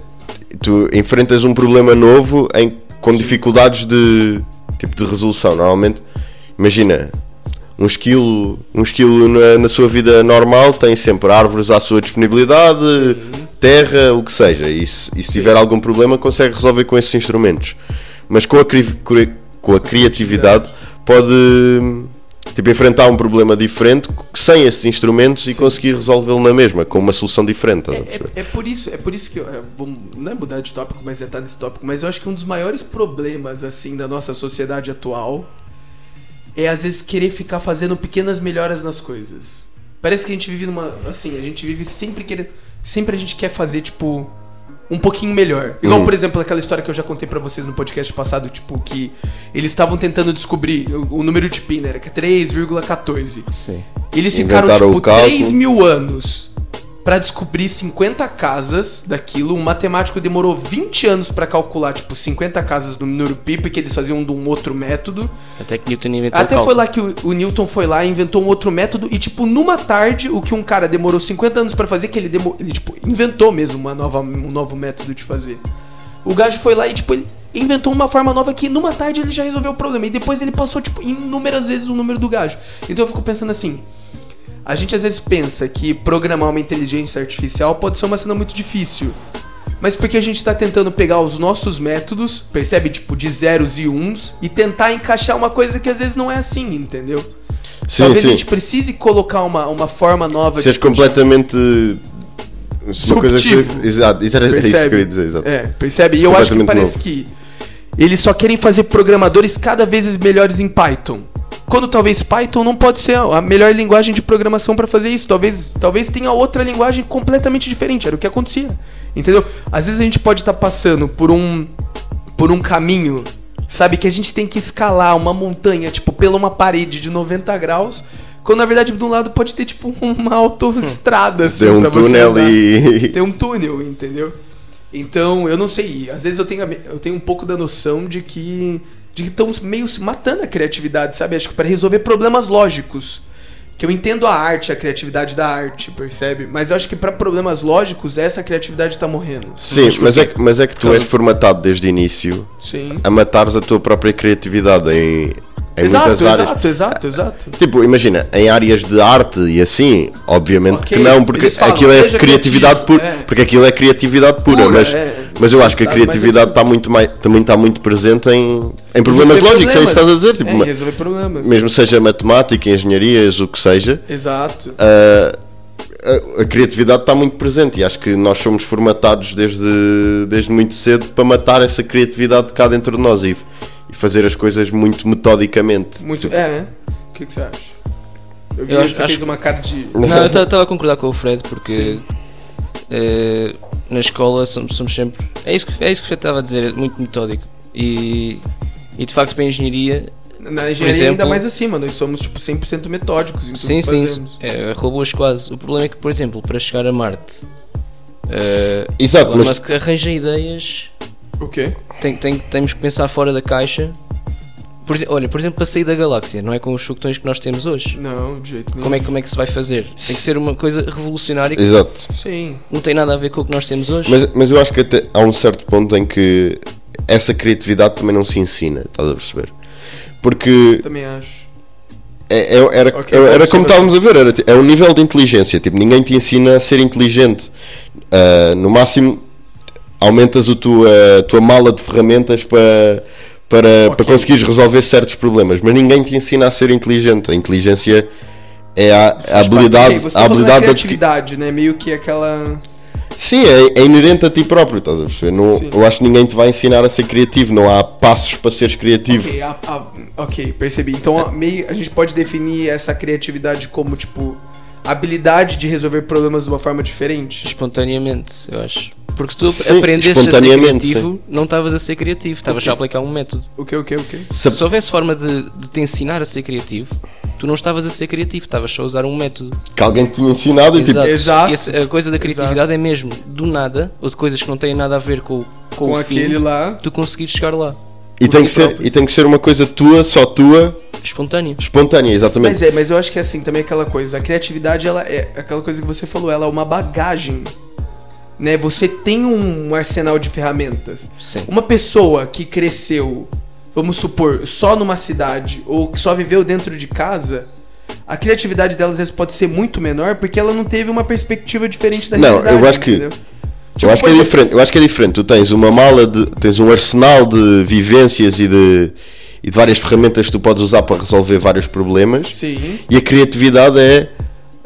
Speaker 1: Tu enfrentas um problema novo em, com dificuldades de tipo de resolução. Normalmente, imagina, um esquilo, um esquilo na, na sua vida normal tem sempre árvores à sua disponibilidade, terra, o que seja. E se, e se tiver algum problema, consegue resolver com esses instrumentos. Mas com a, cri- cri- com a criatividade, pode tipo, enfrentar um problema diferente c- sem esses instrumentos e conseguir resolvê-lo na mesma, com uma solução diferente. estás a perceber?
Speaker 2: É, é por isso, é por isso que eu, é, vamos- não é mudar de tópico, mas é estar nesse tópico, mas eu acho que um dos maiores problemas assim da nossa sociedade atual é às vezes querer ficar fazendo pequenas melhoras nas coisas. Parece que a gente vive numa assim, a gente vive sempre querendo, sempre a gente quer fazer tipo um pouquinho melhor. Igual,
Speaker 1: Uhum.
Speaker 2: por exemplo, aquela história que eu já contei pra vocês no podcast passado, tipo que eles estavam tentando descobrir o, o número de pi, né, era que é 3,14.
Speaker 3: Sim.
Speaker 2: Eles
Speaker 1: Inventaram
Speaker 2: ficaram
Speaker 1: o
Speaker 2: tipo
Speaker 1: cálculo.
Speaker 2: 3 mil anos pra descobrir 50 casas daquilo. Um matemático demorou 20 anos pra calcular tipo 50 casas do número pi, porque eles faziam de um outro método.
Speaker 3: Até que Newton
Speaker 1: Então,
Speaker 3: inventou o
Speaker 2: Até
Speaker 3: cálculo.
Speaker 2: foi lá que o, o Newton foi lá e inventou um outro método e tipo numa tarde o que um cara demorou 50 anos pra fazer que ele, demo, ele tipo inventou mesmo uma nova um novo método de fazer. O gajo foi lá e tipo ele inventou uma forma nova que numa tarde ele já resolveu o problema e depois ele passou tipo inúmeras vezes o número do gajo. Então eu fico pensando assim, a gente às vezes pensa que programar uma inteligência artificial pode ser uma cena muito difícil. Mas porque a gente tá tentando pegar os nossos métodos, percebe? Tipo, de zeros e uns, e tentar encaixar uma coisa que às vezes não é assim, entendeu?
Speaker 1: Sim,
Speaker 2: Talvez
Speaker 1: sim.
Speaker 2: a gente precise colocar uma, uma forma nova
Speaker 1: Seres
Speaker 2: tipo,
Speaker 1: completamente. se Uma coisa
Speaker 2: Disruptivo.
Speaker 1: que, exato, isso era era isso que eu ia dizer, exato.
Speaker 2: É, percebe? E eu acho que
Speaker 1: Completamente
Speaker 2: parece
Speaker 1: novo.
Speaker 2: que eles só querem fazer programadores cada vez melhores em Python. Quando talvez Python não pode ser a a melhor linguagem de programação para fazer isso. Talvez, talvez tenha outra linguagem completamente diferente. Era o que acontecia. Entendeu? Às vezes a gente pode estar passando por um por um caminho, sabe que a gente tem que escalar uma montanha, tipo, pela uma parede de 90 graus, quando na verdade do lado pode ter tipo uma autoestrada assim,
Speaker 1: Tem um
Speaker 2: pra você
Speaker 1: túnel
Speaker 2: andar
Speaker 1: e.
Speaker 2: tem um túnel, entendeu? Então, eu não sei, às vezes eu tenho, a me- eu tenho um pouco da noção de que de que estamos meio se matando a criatividade, sabe? Acho que para resolver problemas lógicos. Que eu entendo a arte, a criatividade da arte, percebe? Mas eu acho que para problemas lógicos essa criatividade tá morrendo.
Speaker 1: Sim,
Speaker 3: Mas
Speaker 1: mas é,
Speaker 3: porquê?
Speaker 1: que- mas é que tu
Speaker 3: Causa-
Speaker 1: és formatado desde o início
Speaker 2: Sim.
Speaker 1: a matares a tua própria criatividade em, em É, muitas
Speaker 2: Exato,
Speaker 1: áreas.
Speaker 2: exato, exato, exato.
Speaker 1: Tipo, imagina, em áreas de arte e assim, obviamente
Speaker 2: Ok,
Speaker 1: que não, porque
Speaker 2: eles falam,
Speaker 1: aquilo é
Speaker 2: seja
Speaker 1: criatividade
Speaker 2: criativo,
Speaker 1: pura,
Speaker 2: é.
Speaker 1: porque aquilo é criatividade pura,
Speaker 2: Pura,
Speaker 1: mas,
Speaker 2: é.
Speaker 1: mas eu acho que a
Speaker 2: Está mais
Speaker 1: criatividade está muito mais, também está muito presente em, em problemas
Speaker 2: Resolver
Speaker 1: lógicos, é isso que estás a dizer, tipo,
Speaker 2: É,
Speaker 1: ma-
Speaker 2: resolver problemas.
Speaker 1: mesmo seja matemática, engenharias, o que seja,
Speaker 2: Exato.
Speaker 1: a, a- a criatividade está muito presente e acho que nós somos formatados desde, desde muito cedo para matar essa criatividade cá dentro de nós e, f- e fazer as coisas muito metodicamente.
Speaker 2: Muito.
Speaker 1: Tipo,
Speaker 2: É, né? O que, que você acha? Eu vi
Speaker 3: Eu
Speaker 2: que
Speaker 3: acho-
Speaker 2: você fez
Speaker 3: acho-
Speaker 2: uma cara de.
Speaker 3: Não, eu estava a concordar com o Fred porque eh, na escola somos, somos sempre. É isso que, é isso que o Fred estava a dizer, é muito metódico. E E de facto, para a engenharia,
Speaker 2: Na engenharia
Speaker 3: exemplo-
Speaker 2: ainda mais assim, mano. Nós somos, tipo, 100% metódicos em tudo
Speaker 3: sim,
Speaker 2: que
Speaker 3: sim,
Speaker 2: fazemos.
Speaker 3: é, robôs quase. O problema é que, por exemplo, para chegar a Marte, eh,
Speaker 1: Exato,
Speaker 3: Elon
Speaker 1: mas-
Speaker 3: Musk arranja ideias É.
Speaker 2: O quê?
Speaker 3: tem, tem- temos que pensar fora da caixa. Por exe- olha, por exemplo, para sair da galáxia, não é com os foguetões que nós temos hoje.
Speaker 2: Não, de jeito nenhum.
Speaker 3: Como é, como é que se vai fazer? Tem que ser uma coisa revolucionária que
Speaker 1: Exato.
Speaker 2: Sim.
Speaker 3: não tem nada a ver com o que nós temos hoje.
Speaker 1: Mas, mas eu acho que até há um certo ponto em que essa criatividade também não se ensina, estás a perceber? Porque
Speaker 2: Também acho.
Speaker 1: é- é- era,
Speaker 2: Ok,
Speaker 1: era
Speaker 2: pode ser
Speaker 1: como
Speaker 2: assim.
Speaker 1: estávamos a ver, era, ti- é um nível de inteligência, tipo, ninguém te ensina a ser inteligente. Ah, no máximo aumentas a tua, a tua mala de ferramentas para, para, para conseguires resolver certos problemas, mas ninguém te ensina a ser inteligente. A inteligência é a, a habilidade,
Speaker 2: Você tá
Speaker 1: a
Speaker 2: falando
Speaker 3: é
Speaker 2: da
Speaker 1: habilidade adqui-
Speaker 2: criatividade, né? Meio que aquela...
Speaker 1: Sim, é, é inerente a ti próprio, estás a perceber? Não,
Speaker 2: Sim.
Speaker 1: eu acho que ninguém te vai ensinar a ser criativo, não há passos para seres criativo.
Speaker 2: Ok, a- a- ok, percebi. Então a, meio, a gente pode definir essa criatividade como, tipo, habilidade de resolver problemas de uma forma diferente?
Speaker 3: Espontaneamente, eu acho. Porque se tu
Speaker 1: Sim,
Speaker 3: aprendesses a ser
Speaker 1: espontaneamente,
Speaker 3: criativo, não estavas a ser criativo, estavas só a aplicar um método.
Speaker 2: Tipo, O que, o que, o que?
Speaker 1: Se-
Speaker 3: Se, se houvesse forma de, de te ensinar a ser criativo, tu não estavas a ser criativo, estavas só a usar um método.
Speaker 1: Que alguém te tinha ensinado e tipo,
Speaker 3: Exato.
Speaker 2: Exato.
Speaker 3: E esse- a coisa da criatividade é mesmo do nada, ou de coisas que não têm nada a ver com, com,
Speaker 2: Com
Speaker 3: o fim,
Speaker 2: aquele lá...
Speaker 3: tu conseguires chegar lá.
Speaker 1: e, tem
Speaker 3: ti
Speaker 1: que ser,
Speaker 3: próprio.
Speaker 1: e tem que ser uma coisa tua, só tua,
Speaker 3: Espontâneo.
Speaker 1: espontânea, exatamente.
Speaker 2: Mas é, mas eu acho que é assim, também é aquela coisa. A criatividade, ela é aquela coisa que você falou, ela é uma bagagem. Né? Você tem um arsenal de ferramentas.
Speaker 3: Sim.
Speaker 2: Uma pessoa que cresceu, vamos supor, só numa cidade ou que só viveu dentro de casa, a criatividade dela às vezes pode ser muito menor porque ela não teve uma perspectiva diferente da
Speaker 1: Não, eu
Speaker 2: realidade.
Speaker 1: acho que-
Speaker 2: entendeu? Tipo
Speaker 1: eu, acho que é
Speaker 2: por exemplo-
Speaker 1: diferente, eu acho que é diferente. Tu tens uma mala, de, tens um arsenal de vivências e de, e de várias ferramentas que tu podes usar para resolver vários problemas.
Speaker 2: Sim.
Speaker 1: E a criatividade é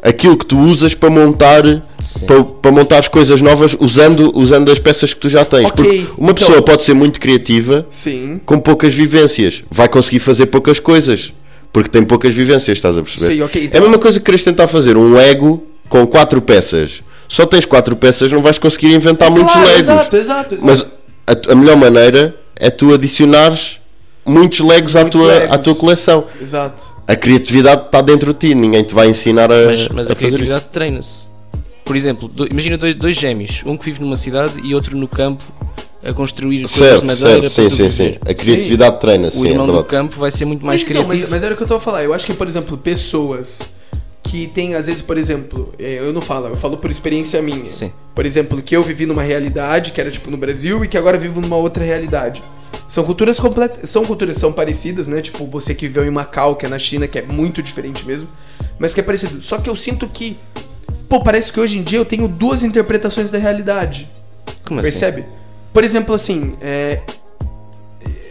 Speaker 1: aquilo que tu usas para montar
Speaker 3: Sim.
Speaker 1: para, para montar as coisas novas usando, usando as peças que tu já tens.
Speaker 2: Ok,
Speaker 1: Porque uma
Speaker 2: então-
Speaker 1: pessoa pode ser muito criativa
Speaker 2: Sim.
Speaker 1: com poucas vivências, vai conseguir fazer poucas coisas porque tem poucas vivências, estás a perceber?
Speaker 2: Sim, ok,
Speaker 1: É
Speaker 2: então-
Speaker 1: a mesma coisa que queres tentar fazer um Lego com quatro peças. Só tens quatro peças, não vais conseguir inventar muitos
Speaker 2: Claro,
Speaker 1: Legos.
Speaker 2: exato, exato, exato.
Speaker 1: Tá Mas a, tu- a melhor maneira é tu adicionares muitos Legos, à,
Speaker 2: Muitos
Speaker 1: tua, à
Speaker 2: Legos.
Speaker 1: tua coleção.
Speaker 2: Exato.
Speaker 1: A criatividade está dentro de ti, ninguém te vai ensinar a.
Speaker 3: Mas, mas
Speaker 1: a
Speaker 3: a,
Speaker 1: É, fazer
Speaker 3: criatividade treina-se. Por exemplo, do- imagina dois, dois gêmeos, um que vive numa cidade e outro no campo a construir
Speaker 1: isso.
Speaker 3: coisas de
Speaker 1: Certo,
Speaker 3: madeira
Speaker 1: certo, sim,
Speaker 3: para
Speaker 1: sim, sim.
Speaker 3: sobreviver.
Speaker 1: A criatividade treina,
Speaker 3: é. O
Speaker 1: sim, é
Speaker 3: irmão do
Speaker 1: verdade.
Speaker 3: campo vai ser muito mais
Speaker 2: Então,
Speaker 3: criativo.
Speaker 2: mas, mas era o que eu tava falando. Eu acho que, por exemplo, pessoas que têm, às vezes, por exemplo, eh, eu não falo, eu falo por experiência minha.
Speaker 3: Sim.
Speaker 2: Por exemplo, que eu vivi numa realidade que era tipo no Brasil e que agora vivo numa outra realidade. São culturas completas, são culturas são parecidas, né? Tipo, você que viveu em Macau, que é na China, que é muito diferente mesmo, mas que é parecido. Só que eu sinto que pô, parece que hoje em dia eu tenho duas interpretações da realidade.
Speaker 3: Como assim?
Speaker 2: Percebe? Por exemplo, assim, é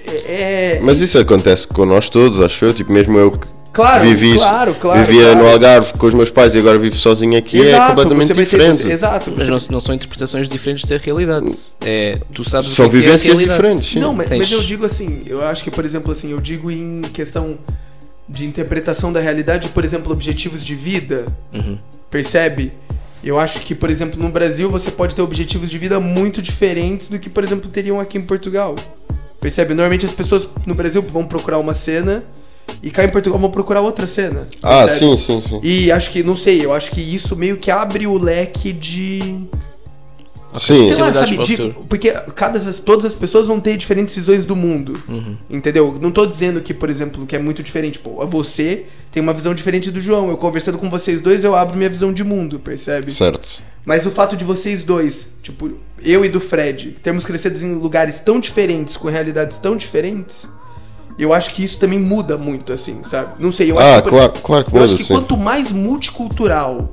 Speaker 2: é, é-
Speaker 1: Mas isso acontece com nós todos, acho eu. Tipo, mesmo eu que
Speaker 2: Claro,
Speaker 1: vivi,
Speaker 2: claro, claro,
Speaker 1: vivia
Speaker 2: claro.
Speaker 1: no Algarve com os meus pais e agora vivo sozinho aqui, é completamente
Speaker 2: você vai ter-
Speaker 1: diferente.
Speaker 2: você- exato.
Speaker 3: Mas
Speaker 2: você-
Speaker 3: não, não são interpretações diferentes da realidade. É, tu sabes
Speaker 1: São
Speaker 3: o que é que é a
Speaker 1: vivências
Speaker 3: realidade.
Speaker 1: diferentes, sim.
Speaker 2: Não, mas,
Speaker 3: Tens-
Speaker 2: mas eu digo assim, eu acho que, por exemplo, assim, eu digo em questão de interpretação da realidade, por exemplo, objetivos de vida,
Speaker 3: Uhum.
Speaker 2: percebe? Eu acho que, por exemplo, no Brasil você pode ter objetivos de vida muito diferentes do que, por exemplo, teriam aqui em Portugal. Percebe? Normalmente as pessoas no Brasil vão procurar uma cena e cá em Portugal vão procurar outra cena.
Speaker 1: Ah,
Speaker 2: percebe?
Speaker 1: sim, sim, sim.
Speaker 2: E acho que, não sei, eu acho que isso meio que abre o leque de.
Speaker 1: Sim,
Speaker 2: Sei lá,
Speaker 3: Possibilidades
Speaker 2: sabe,
Speaker 3: para o
Speaker 2: de-
Speaker 3: futuro.
Speaker 2: porque cada, todas as pessoas vão ter diferentes visões do mundo.
Speaker 1: Uhum.
Speaker 2: Entendeu? Não tô dizendo que, por exemplo, que é muito diferente. Pô, você tem uma visão diferente do João. Eu conversando com vocês dois, eu abro minha visão de mundo, percebe?
Speaker 1: certo.
Speaker 2: Mas o fato de vocês dois, tipo, eu e do Fred, termos crescido em lugares tão diferentes, com realidades tão diferentes, eu acho que isso também muda muito, assim, sabe? Não sei, eu acho
Speaker 1: Ah,
Speaker 2: que. por-
Speaker 1: claro, claro que
Speaker 2: eu acho
Speaker 1: muda,
Speaker 2: que
Speaker 1: sim.
Speaker 2: quanto mais multicultural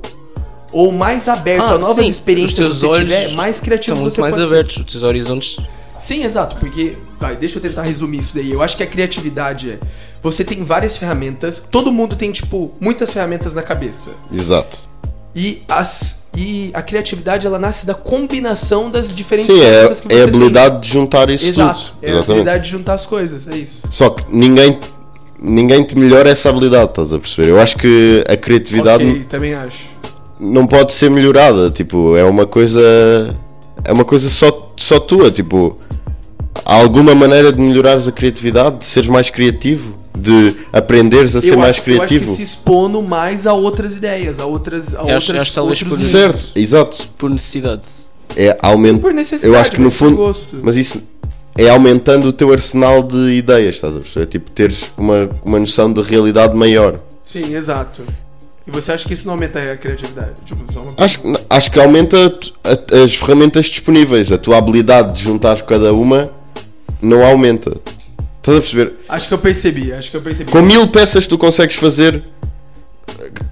Speaker 2: ou mais aberto
Speaker 3: Ah,
Speaker 2: a novas
Speaker 3: sim, os
Speaker 2: experiências
Speaker 3: teus
Speaker 2: você
Speaker 3: olhos
Speaker 2: tiver, mais criativo
Speaker 3: Estão
Speaker 2: você
Speaker 3: muito mais
Speaker 2: pode ser.
Speaker 3: abertos, os teus horizontes.
Speaker 2: Sim, exato, porque. Vai, deixa eu tentar resumir isso daí. Eu acho que a criatividade é. Você tem várias ferramentas, todo mundo tem, tipo, muitas ferramentas na cabeça.
Speaker 1: Exato.
Speaker 2: E, as, e a criatividade, ela nasce da combinação das diferentes
Speaker 1: Sim, é,
Speaker 2: ferramentas que você
Speaker 1: é a
Speaker 2: tem.
Speaker 1: habilidade de juntar isso
Speaker 2: Exato,
Speaker 1: tudo.
Speaker 2: é a habilidade de juntar as coisas, é isso.
Speaker 1: Só que ninguém, ninguém te melhora essa habilidade, estás a perceber? Eu acho que a criatividade
Speaker 2: Ok, também acho.
Speaker 1: não pode ser melhorada, tipo, é uma coisa é uma coisa só, só tua, tipo, Há alguma maneira de melhorares a criatividade, de seres mais criativo, de aprenderes a ser
Speaker 2: eu
Speaker 1: mais
Speaker 2: acho, Eu
Speaker 1: criativo?
Speaker 2: acho que se expondo mais a outras ideias, a outras. A outras
Speaker 3: acho- acho que tá
Speaker 2: outros
Speaker 3: talvez por-
Speaker 2: meios.
Speaker 1: Certo, exato.
Speaker 3: Por necessidade.
Speaker 1: É aument...
Speaker 2: Por necessidade,
Speaker 1: Eu acho que no
Speaker 2: mas por
Speaker 1: fundo.
Speaker 2: gosto.
Speaker 1: Mas isso é aumentando o teu arsenal de ideias, estás a perceber? Tipo, teres uma, uma noção de realidade maior.
Speaker 2: Sim, exato. E você acha que isso não aumenta a criatividade? Tipo, só uma-
Speaker 1: Acho, que- acho que aumenta t- a- as ferramentas disponíveis. A tua habilidade de juntar cada uma não aumenta. Estás a perceber?
Speaker 2: Acho que eu percebi, acho que eu percebi.
Speaker 1: Com mil peças tu consegues fazer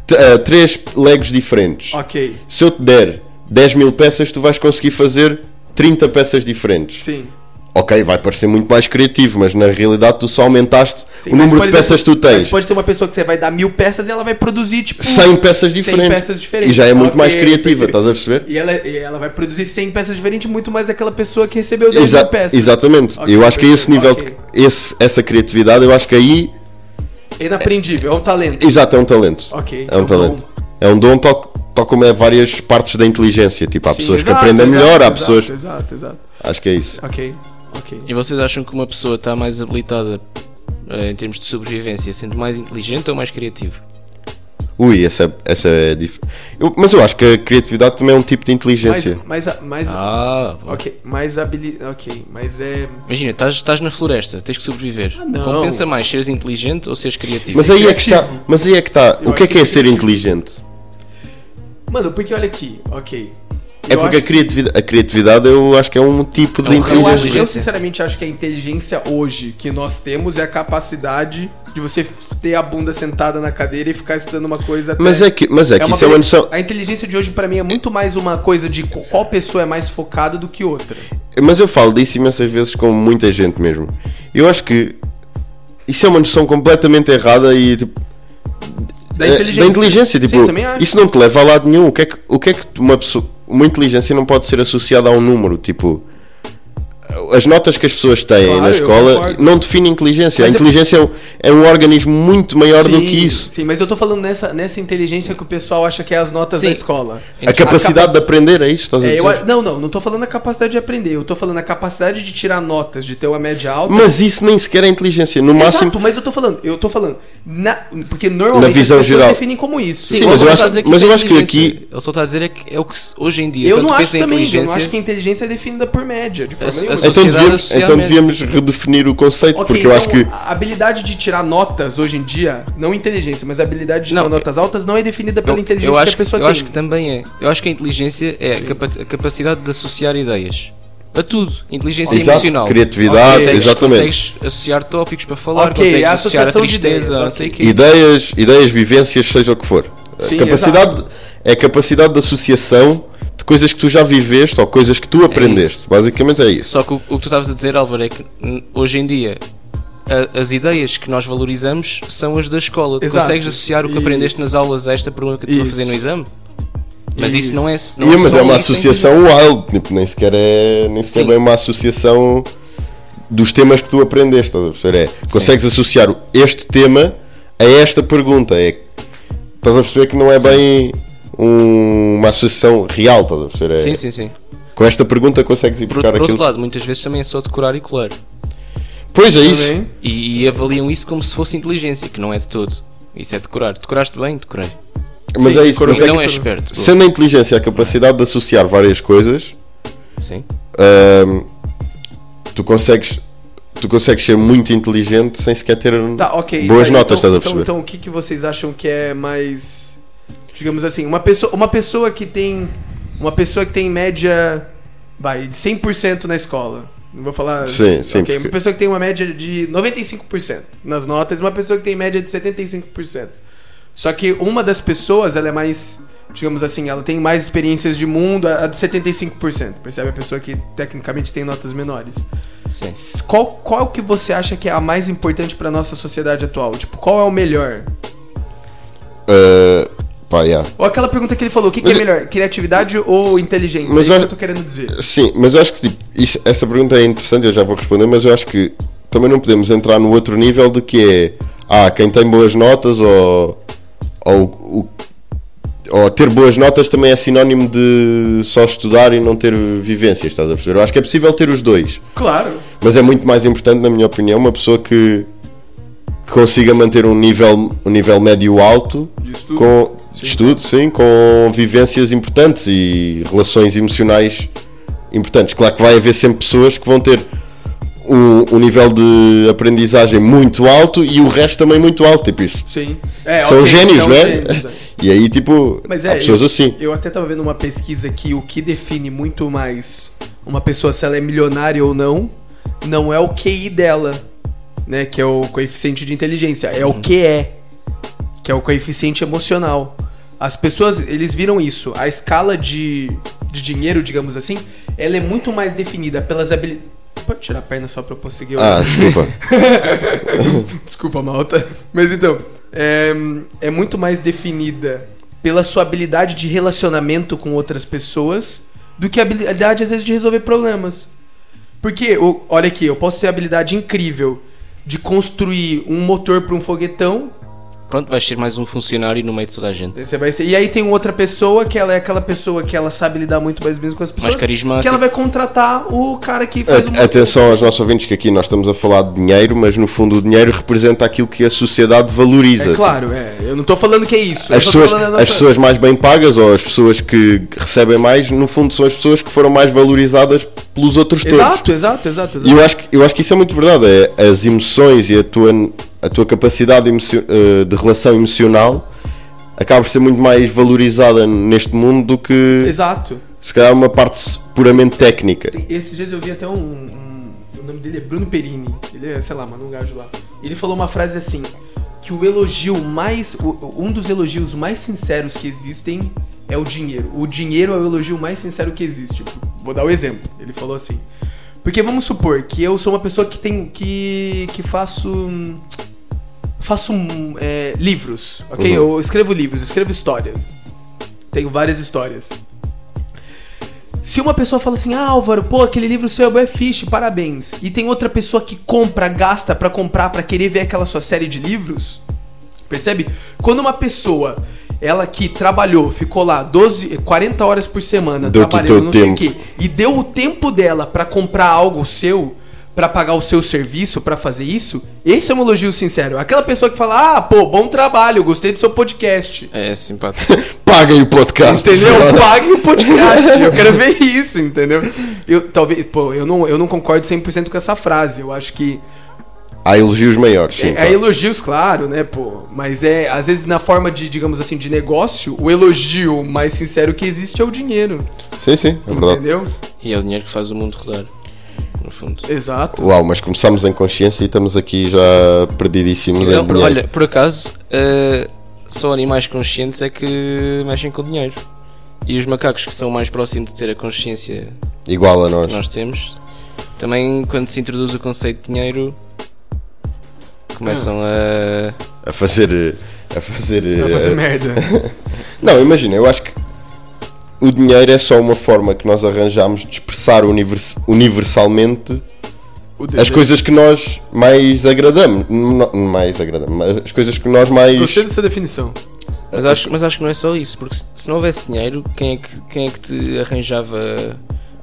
Speaker 1: t- eh, três legos diferentes.
Speaker 2: Ok,
Speaker 1: Se eu te der 10 mil peças, tu vais conseguir fazer 30 peças diferentes.
Speaker 2: sim.
Speaker 1: Ok, vai parecer muito mais criativo, mas na realidade tu só aumentaste
Speaker 2: sim.
Speaker 1: o
Speaker 2: Mas,
Speaker 1: número
Speaker 2: por
Speaker 1: de
Speaker 2: exemplo,
Speaker 1: peças que tu
Speaker 2: Mas
Speaker 1: tens.
Speaker 2: pode ter uma pessoa que você vai dar mil peças e ela vai produzir, tipo.
Speaker 1: 100 peças
Speaker 2: 100
Speaker 1: diferentes.
Speaker 2: peças diferentes.
Speaker 1: E já é muito
Speaker 2: Ok,
Speaker 1: mais
Speaker 2: percebi.
Speaker 1: criativa, estás a perceber?
Speaker 2: E ela, e ela vai produzir 100 peças diferentes, muito mais daquela pessoa que recebeu 10
Speaker 1: Exa
Speaker 2: mil peças.
Speaker 1: exatamente.
Speaker 2: Ok,
Speaker 1: eu acho que é esse
Speaker 2: percebi.
Speaker 1: nível,
Speaker 2: Ok.
Speaker 1: de, esse, essa criatividade, eu acho que aí,
Speaker 2: É Inaprendível, é um talento.
Speaker 1: exato, é um talento.
Speaker 2: Ok,
Speaker 1: é um
Speaker 2: então
Speaker 1: talento.
Speaker 2: bom.
Speaker 1: É um dom, tal, tal como é várias partes da inteligência. Tipo, há
Speaker 2: Sim,
Speaker 1: pessoas
Speaker 2: exato,
Speaker 1: que aprendem
Speaker 2: exato,
Speaker 1: melhor, há
Speaker 2: exato,
Speaker 1: pessoas.
Speaker 2: Exato, exato.
Speaker 1: Acho que é isso.
Speaker 2: Ok, ok.
Speaker 3: E vocês acham que uma pessoa está mais habilitada eh, em termos de sobrevivência, sendo mais inteligente ou mais criativo?
Speaker 1: Ui, essa, essa é diferente. Mas eu acho que a criatividade também é um tipo de
Speaker 2: Mas,
Speaker 1: inteligência.
Speaker 2: mas, a- mas,
Speaker 3: Ah, bom.
Speaker 2: ok, mais habilidade, ok, mas é...
Speaker 3: imagina, estás, estás na floresta, tens que sobreviver.
Speaker 2: Ah, não.
Speaker 3: Compensa mais seres inteligente ou seres criativo?
Speaker 1: Mas, aí é que está.
Speaker 2: criativo.
Speaker 1: Mas aí é que está.
Speaker 2: Eu
Speaker 1: O que é
Speaker 2: acho
Speaker 1: que é
Speaker 2: que-
Speaker 1: ser inteligente?
Speaker 2: Mano, porque olha aqui, ok.
Speaker 1: É
Speaker 2: Eu
Speaker 1: porque a
Speaker 2: acho-
Speaker 1: criatividade, a criatividade eu acho que é um tipo
Speaker 3: É
Speaker 1: de
Speaker 3: um ramo
Speaker 2: Eu, acho,
Speaker 1: inteligência.
Speaker 2: eu sinceramente acho que a inteligência hoje que nós temos é a capacidade de você f- ter a bunda sentada na cadeira e ficar estudando uma coisa até...
Speaker 1: Mas é que, mas é que isso é uma noção.
Speaker 2: A inteligência de hoje pra mim é muito mais uma coisa de co- qual pessoa é mais focada do que outra.
Speaker 1: Mas eu falo disso imensas vezes com muita gente mesmo. Eu acho que isso é uma noção completamente errada e tipo,
Speaker 2: Da
Speaker 1: é,
Speaker 2: inteligência.
Speaker 1: da inteligência tipo,
Speaker 2: Sim, eu também acho.
Speaker 1: isso não te leva a lado nenhum. O que é que, o que, é que uma, pessoa, uma inteligência não pode ser associada a um número? Tipo, as notas que as pessoas têm
Speaker 2: Claro,
Speaker 1: na
Speaker 2: eu
Speaker 1: escola
Speaker 2: concordo.
Speaker 1: não definem inteligência.
Speaker 2: Mas
Speaker 1: a
Speaker 2: eu-
Speaker 1: inteligência é um, é um organismo muito é maior do
Speaker 2: Sim,
Speaker 1: que isso.
Speaker 2: Sim, mas eu tô falando nessa, nessa inteligência que o pessoal acha que é as notas
Speaker 3: Sim.
Speaker 2: da escola.
Speaker 1: A capacidade
Speaker 2: A
Speaker 1: de aprender é isso, estás a
Speaker 2: É,
Speaker 1: dizer?
Speaker 2: eu a- não, não, não tô falando a capacidade de aprender, eu tô falando a capacidade de tirar notas, de ter uma média alta.
Speaker 1: Mas isso nem sequer é inteligência. No máximo, então
Speaker 2: Exato, mas eu tô falando, eu tô falando. na- porque
Speaker 1: Na
Speaker 2: normalmente
Speaker 1: visão
Speaker 2: as pessoas
Speaker 1: geral.
Speaker 2: definem como isso.
Speaker 1: Sim, mas eu acho- mas eu acho que aqui-
Speaker 3: é Ele só está a dizer é que é o que se- hoje em dia.
Speaker 2: eu
Speaker 3: tanto
Speaker 2: não acho
Speaker 3: pensa em
Speaker 2: também, eu não
Speaker 3: inteligência-
Speaker 2: acho que a inteligência é definida por média, de forma
Speaker 3: As-
Speaker 2: nenhuma.
Speaker 3: as-
Speaker 1: Então
Speaker 3: sociedade
Speaker 1: devíamos,
Speaker 3: social
Speaker 1: então
Speaker 3: mesmo.
Speaker 1: devíamos redefinir o conceito,
Speaker 2: Ok,
Speaker 1: porque eu acho que.
Speaker 2: então, A habilidade de tirar notas hoje em dia, não inteligência, mas a habilidade de tirar
Speaker 3: Não,
Speaker 2: notas altas não é definida pela
Speaker 3: Eu-
Speaker 2: inteligência
Speaker 3: eu acho,
Speaker 2: que a pessoa
Speaker 3: eu
Speaker 2: tem.
Speaker 3: acho que também é. Eu acho que a inteligência é a, capa- a capacidade de associar ideias. A tudo. Inteligência
Speaker 1: Exato,
Speaker 3: emocional.
Speaker 1: criatividade,
Speaker 3: consegues,
Speaker 1: exatamente.
Speaker 3: consegues associar tópicos para falar,
Speaker 2: Ok,
Speaker 3: consegues
Speaker 2: a
Speaker 3: associar a
Speaker 2: associação de
Speaker 3: tristeza,
Speaker 2: ideias,
Speaker 3: não
Speaker 2: ok.
Speaker 3: sei o quê.
Speaker 1: Ideias, ideias, vivências, seja o que for. A
Speaker 2: Sim,
Speaker 1: capacidade, é a capacidade de associação de coisas que tu já viveste ou coisas que tu aprendeste.
Speaker 3: É isso.
Speaker 1: Basicamente é isso.
Speaker 3: Só que o, o que tu estavas a dizer, Álvaro, é que n- hoje em dia a- as ideias que nós valorizamos são as da escola. Tu
Speaker 2: Exato.
Speaker 3: consegues associar o que
Speaker 2: Isso.
Speaker 3: aprendeste nas aulas a esta problema que tu vai
Speaker 2: Isso.
Speaker 3: fazer no exame? Mas isso, não é.
Speaker 2: Isso.
Speaker 3: Não
Speaker 1: Ih, mas
Speaker 3: só
Speaker 1: é uma
Speaker 3: isso em
Speaker 1: associação wild, tipo, nem sequer é nem sequer
Speaker 3: Sim.
Speaker 1: bem uma associação dos temas que tu aprendeste. estás a perceber? É, consegues associar este tema a esta pergunta. É, estás a perceber que não é bem um- uma associação real, estás a perceber? É-
Speaker 3: Sim, sim, sim.
Speaker 1: Com esta pergunta consegues ir
Speaker 3: Por,
Speaker 1: buscar
Speaker 3: por outro
Speaker 1: aquilo.
Speaker 3: lado, muitas vezes também é só decorar e colar.
Speaker 1: Pois é
Speaker 2: Tá
Speaker 1: isso.
Speaker 2: bem?
Speaker 3: E, e avaliam isso como se fosse inteligência, que não é de todo. Isso é decorar. Decoraste bem? Decorei.
Speaker 1: Mas
Speaker 2: Sim,
Speaker 1: é isso.
Speaker 2: cor-
Speaker 1: Mas é
Speaker 3: não
Speaker 1: que
Speaker 3: é
Speaker 2: tu-
Speaker 3: esperto.
Speaker 1: sendo a inteligência a capacidade de associar várias coisas,
Speaker 3: Sim.
Speaker 1: ahm, tu consegues tu consegues ser muito inteligente sem sequer ter
Speaker 2: Tá, ok.
Speaker 1: Hum. boas
Speaker 2: tá,
Speaker 1: notas,
Speaker 2: então,
Speaker 1: estás a
Speaker 2: então,
Speaker 1: perceber?
Speaker 2: então, o que, que vocês acham que é mais. Digamos assim, uma pessoa, uma pessoa que tem. Uma pessoa que tem média. Vai, de 100% na escola. Não vou falar.
Speaker 1: Sim, sim,
Speaker 2: Ok,
Speaker 1: porque-
Speaker 2: Uma pessoa que tem uma média de 95% nas notas, uma pessoa que tem média de 75%. Só que uma das pessoas, ela é mais. Digamos assim, ela tem mais experiências de mundo, a a de 75%. Percebe? A pessoa que tecnicamente tem notas menores.
Speaker 3: Sim.
Speaker 2: Qual, qual que você acha que é a mais importante pra nossa sociedade atual? Tipo, qual é o melhor? então
Speaker 1: Ah, pá, yeah.
Speaker 2: Ou aquela pergunta que ele falou, o que, que é
Speaker 1: Mas-
Speaker 2: melhor? Criatividade ou inteligência?
Speaker 1: Mas
Speaker 2: é isso que
Speaker 1: eu-
Speaker 2: eu tô querendo dizer.
Speaker 1: Sim, mas eu acho que tipo, isso- essa pergunta é interessante, eu já vou responder, mas eu acho que também não podemos entrar no outro nível do que é ah, quem tem boas notas ou, ou, o- ou, ou ter boas notas também é sinónimo de só estudar e não ter vivências, estás a perceber? Eu acho que é possível ter os dois,
Speaker 2: Claro.
Speaker 1: mas é muito mais importante, na minha opinião, uma pessoa que, que consiga manter um nível, um nível médio alto
Speaker 2: De estudo.
Speaker 1: com
Speaker 2: Sim.
Speaker 1: de estudo, sim, com vivências importantes e relações emocionais importantes. Claro que vai haver sempre pessoas que vão ter um, um nível de aprendizagem muito alto e o resto também muito alto, tipo isso.
Speaker 2: Sim. É,
Speaker 1: São
Speaker 2: ok,
Speaker 1: gênios,
Speaker 2: são
Speaker 1: né?
Speaker 2: gênios, é.
Speaker 1: E aí, tipo,
Speaker 2: Mas
Speaker 1: há
Speaker 2: é,
Speaker 1: pessoas
Speaker 2: eu,
Speaker 1: assim.
Speaker 2: eu até tava vendo uma pesquisa que o que define muito mais uma pessoa se ela é milionária ou não, não é o QI dela, né? Que é o coeficiente de inteligência, é o QE, que é o coeficiente emocional. As pessoas, eles viram isso. A escala de, de dinheiro, digamos assim, ela é muito mais definida pelas habilidades. Pode tirar a perna só pra eu conseguir olhar.
Speaker 1: Ah, desculpa.
Speaker 2: Desculpa, malta. Mas então, é, é muito mais definida pela sua habilidade de relacionamento com outras pessoas do que a habilidade, às vezes, de resolver problemas. Porque, eu- olha aqui, eu posso ter a habilidade incrível de construir um motor para um foguetão.
Speaker 3: Pronto, vais ser mais um funcionário no meio de toda a gente.
Speaker 2: Você vai ser, e aí tem outra pessoa que ela é aquela pessoa que ela sabe lidar muito mais mesmo com as pessoas.
Speaker 3: carismática.
Speaker 2: Que ela vai contratar o cara que faz um
Speaker 1: A- Atenção aos nossos ouvintes que aqui nós estamos a falar de dinheiro, mas no fundo o dinheiro representa aquilo que a sociedade valoriza.
Speaker 2: É claro, é. Eu não tô falando que é isso. eu
Speaker 1: As
Speaker 2: só tô
Speaker 1: pessoas,
Speaker 2: falando a
Speaker 1: as
Speaker 2: nossa-
Speaker 1: pessoas mais bem pagas ou as pessoas que recebem mais, no fundo são as pessoas que foram mais valorizadas pelos outros todos.
Speaker 2: Exato, exato, exato, exato.
Speaker 1: E eu acho, que, eu acho que isso é muito verdade. É, as emoções e a tua, a tua capacidade emocio- eh, de relação emocional acaba por ser muito mais valorizada neste mundo do que
Speaker 2: Exato.
Speaker 1: se calhar uma parte puramente técnica.
Speaker 2: Esses dias eu vi até um, um- O nome dele é Bruno Perini. Ele é, sei lá, mano, um gajo lá. Ele falou uma frase assim: que o elogio mais. o- um dos elogios mais sinceros que existem é o dinheiro. O dinheiro é o elogio mais sincero que existe. Tipo, Vou dar o exemplo. Ele falou assim. Porque vamos supor que eu sou uma pessoa que tem. que. que faço. hum, Faço hum, é, livros, ok?
Speaker 1: Uhum.
Speaker 2: Eu escrevo livros, eu escrevo histórias. Tenho várias histórias. Se uma pessoa fala assim, ah, Álvaro, pô, aquele livro seu é bué fixe, parabéns. E tem outra pessoa que compra, gasta pra comprar, pra querer ver aquela sua série de livros. Percebe? Quando uma pessoa, ela que trabalhou, ficou lá 12, 40 horas por semana
Speaker 1: Deu-te o
Speaker 2: trabalhando,
Speaker 1: teu
Speaker 2: não sei o
Speaker 1: tempo.
Speaker 2: quê, e deu o tempo dela pra comprar algo seu, pra pagar o seu serviço, pra fazer isso, esse é um elogio sincero. Aquela pessoa que fala, ah, pô, bom trabalho, gostei do seu podcast.
Speaker 3: É simpático.
Speaker 1: Paguem o podcast.
Speaker 2: Entendeu? Pague o podcast. Eu quero ver isso, entendeu? Eu, talvez, pô, eu não, eu não concordo 100% com essa frase. Eu acho que.
Speaker 1: Há elogios maiores, sim.
Speaker 2: é,
Speaker 1: claro.
Speaker 2: é elogios, claro, né, pô? Mas é, às vezes, na forma de, digamos assim, de negócio, o elogio mais sincero que existe é o dinheiro.
Speaker 1: Sim, sim, é verdade.
Speaker 2: Entendeu?
Speaker 3: E é o dinheiro que faz o mundo rodar. No fundo.
Speaker 2: Exato.
Speaker 1: Uau, mas começámos em consciência e estamos aqui já perdidíssimos
Speaker 3: Não,
Speaker 1: em
Speaker 3: por-
Speaker 1: dinheiro.
Speaker 3: olha, por acaso, eh, só animais conscientes é que mexem com dinheiro. E os macacos, que são mais próximos de ter a consciência
Speaker 1: Igual a nós.
Speaker 3: que nós temos, também quando se introduz o conceito de dinheiro, começam a.
Speaker 1: A fazer. eh, A fazer.
Speaker 2: Vai fazer
Speaker 1: eh,
Speaker 2: merda.
Speaker 1: Não, imagina, eu acho que o dinheiro é só uma forma que nós arranjamos de expressar univers- universalmente
Speaker 2: O
Speaker 1: as
Speaker 2: desejo.
Speaker 1: coisas que nós mais agradamos. No- Mais agradamos, mas as coisas que nós mais.
Speaker 2: Gostei dessa definição.
Speaker 3: Mas acho, mas acho que não é só isso, porque se- se não houvesse dinheiro, quem é que, quem é que te arranjava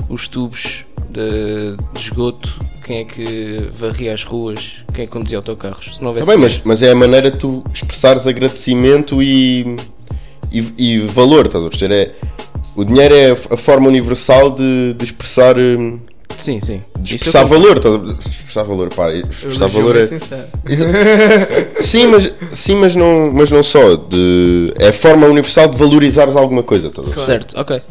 Speaker 3: os tubos de, de esgoto? Quem é que varria as ruas? Quem é que conduzia autocarros? Se não houvesse
Speaker 1: Tá bem, mas, mas é a maneira de tu expressares agradecimento e, e, e valor, estás a perceber? É, o dinheiro é a forma universal de, de expressar. hum,
Speaker 3: Sim, sim.
Speaker 1: De
Speaker 3: Isso eu
Speaker 1: expressar valor, estás a- expressar valor, pá, expressar
Speaker 2: Elogio
Speaker 1: valor
Speaker 2: mais
Speaker 1: é,
Speaker 2: sincero.
Speaker 1: Sim, mas, sim mas, não, mas não só. De, é a forma universal de valorizares alguma coisa. estás a ver?
Speaker 3: Certo, ok.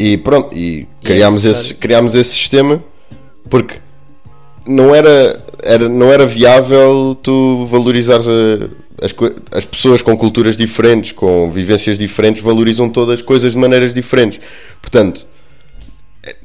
Speaker 1: E pronto, e criámos,
Speaker 3: necessário.
Speaker 1: esse, criámos esse sistema porque não era, era, não era viável tu valorizares a- as, co- as pessoas com culturas diferentes, com vivências diferentes, valorizam todas as coisas de maneiras diferentes. Portanto,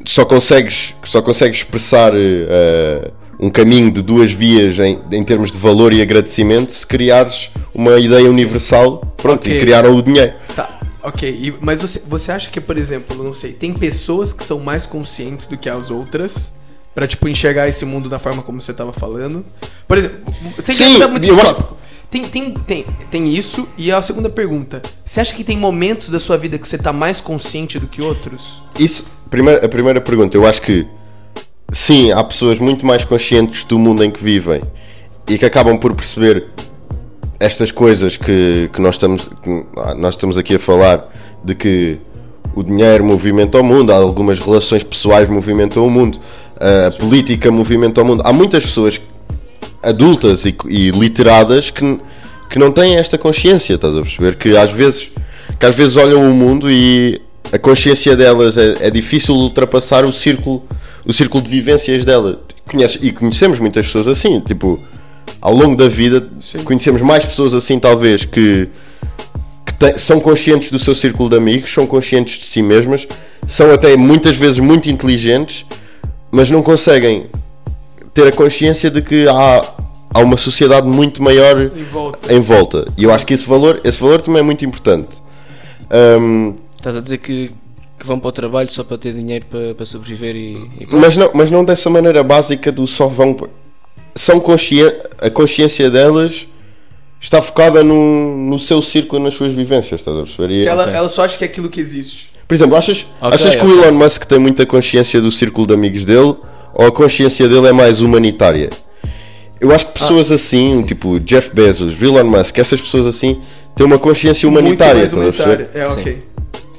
Speaker 1: só consegues, só consegues expressar eh, um caminho de duas vias em, em termos de valor e agradecimento se criares uma ideia universal pronto,
Speaker 2: Ok.
Speaker 1: e criaram o dinheiro.
Speaker 2: Tá, ok. E- mas você, você acha que, por exemplo, eu não sei, tem pessoas que são mais conscientes do que as outras? Pra, tipo, enxergar esse mundo da forma como você tava falando? Por exemplo, tem que
Speaker 1: Sim,
Speaker 2: mudar muito
Speaker 1: eu
Speaker 2: de
Speaker 1: acho-
Speaker 2: tópico. Tem, tem, tem, tem isso. E a segunda pergunta: Você acha que tem momentos da sua vida que você tá mais consciente do que outros?
Speaker 1: Isso, primeira, a primeira pergunta, eu acho que sim, há pessoas muito mais conscientes do mundo em que vivem e que acabam por perceber estas coisas que, que, nós, estamos, que ah, nós estamos aqui a falar de que o dinheiro movimenta o mundo, algumas relações pessoais movimentam o mundo, ah, a política movimenta o mundo. Há muitas pessoas adultas e, e literadas que, que não têm esta consciência, estás a perceber? Que às vezes, que às vezes olham o mundo e a consciência delas é, é difícil ultrapassar o círculo, o círculo de vivências dela. Conhece, e conhecemos muitas pessoas assim, tipo, ao longo da vida
Speaker 2: Sim.
Speaker 1: conhecemos mais pessoas assim talvez que, que te- são conscientes do seu círculo de amigos, são conscientes de si mesmas, são até muitas vezes muito inteligentes, mas não conseguem ter a consciência de que há, há uma sociedade muito maior
Speaker 2: Em volta.
Speaker 1: em volta. E eu acho que esse valor, esse valor também é muito importante. Ahm,
Speaker 3: Estás a dizer que, que vão para o trabalho só para ter dinheiro para, para sobreviver e, e pronto.
Speaker 1: mas, não, mas não dessa maneira básica do só vão. p- São conscien a consciência delas está focada no, no seu círculo, nas suas vivências, estás a perceber? E-
Speaker 2: Que ela,
Speaker 3: Ok.
Speaker 2: ela só acha que é aquilo que existe.
Speaker 1: Por exemplo, achas,
Speaker 3: Ok,
Speaker 1: achas que o
Speaker 3: ok.
Speaker 1: Elon Musk tem muita consciência do círculo de amigos dele ou a consciência dele é mais humanitária? Eu acho que
Speaker 3: Ah.
Speaker 1: pessoas assim, tipo Jeff Bezos, Elon Musk, essas pessoas assim têm uma consciência humanitária. né?
Speaker 2: Muito mais
Speaker 1: estás a perceber?
Speaker 2: humanitária. É,
Speaker 3: Sim.
Speaker 2: ok.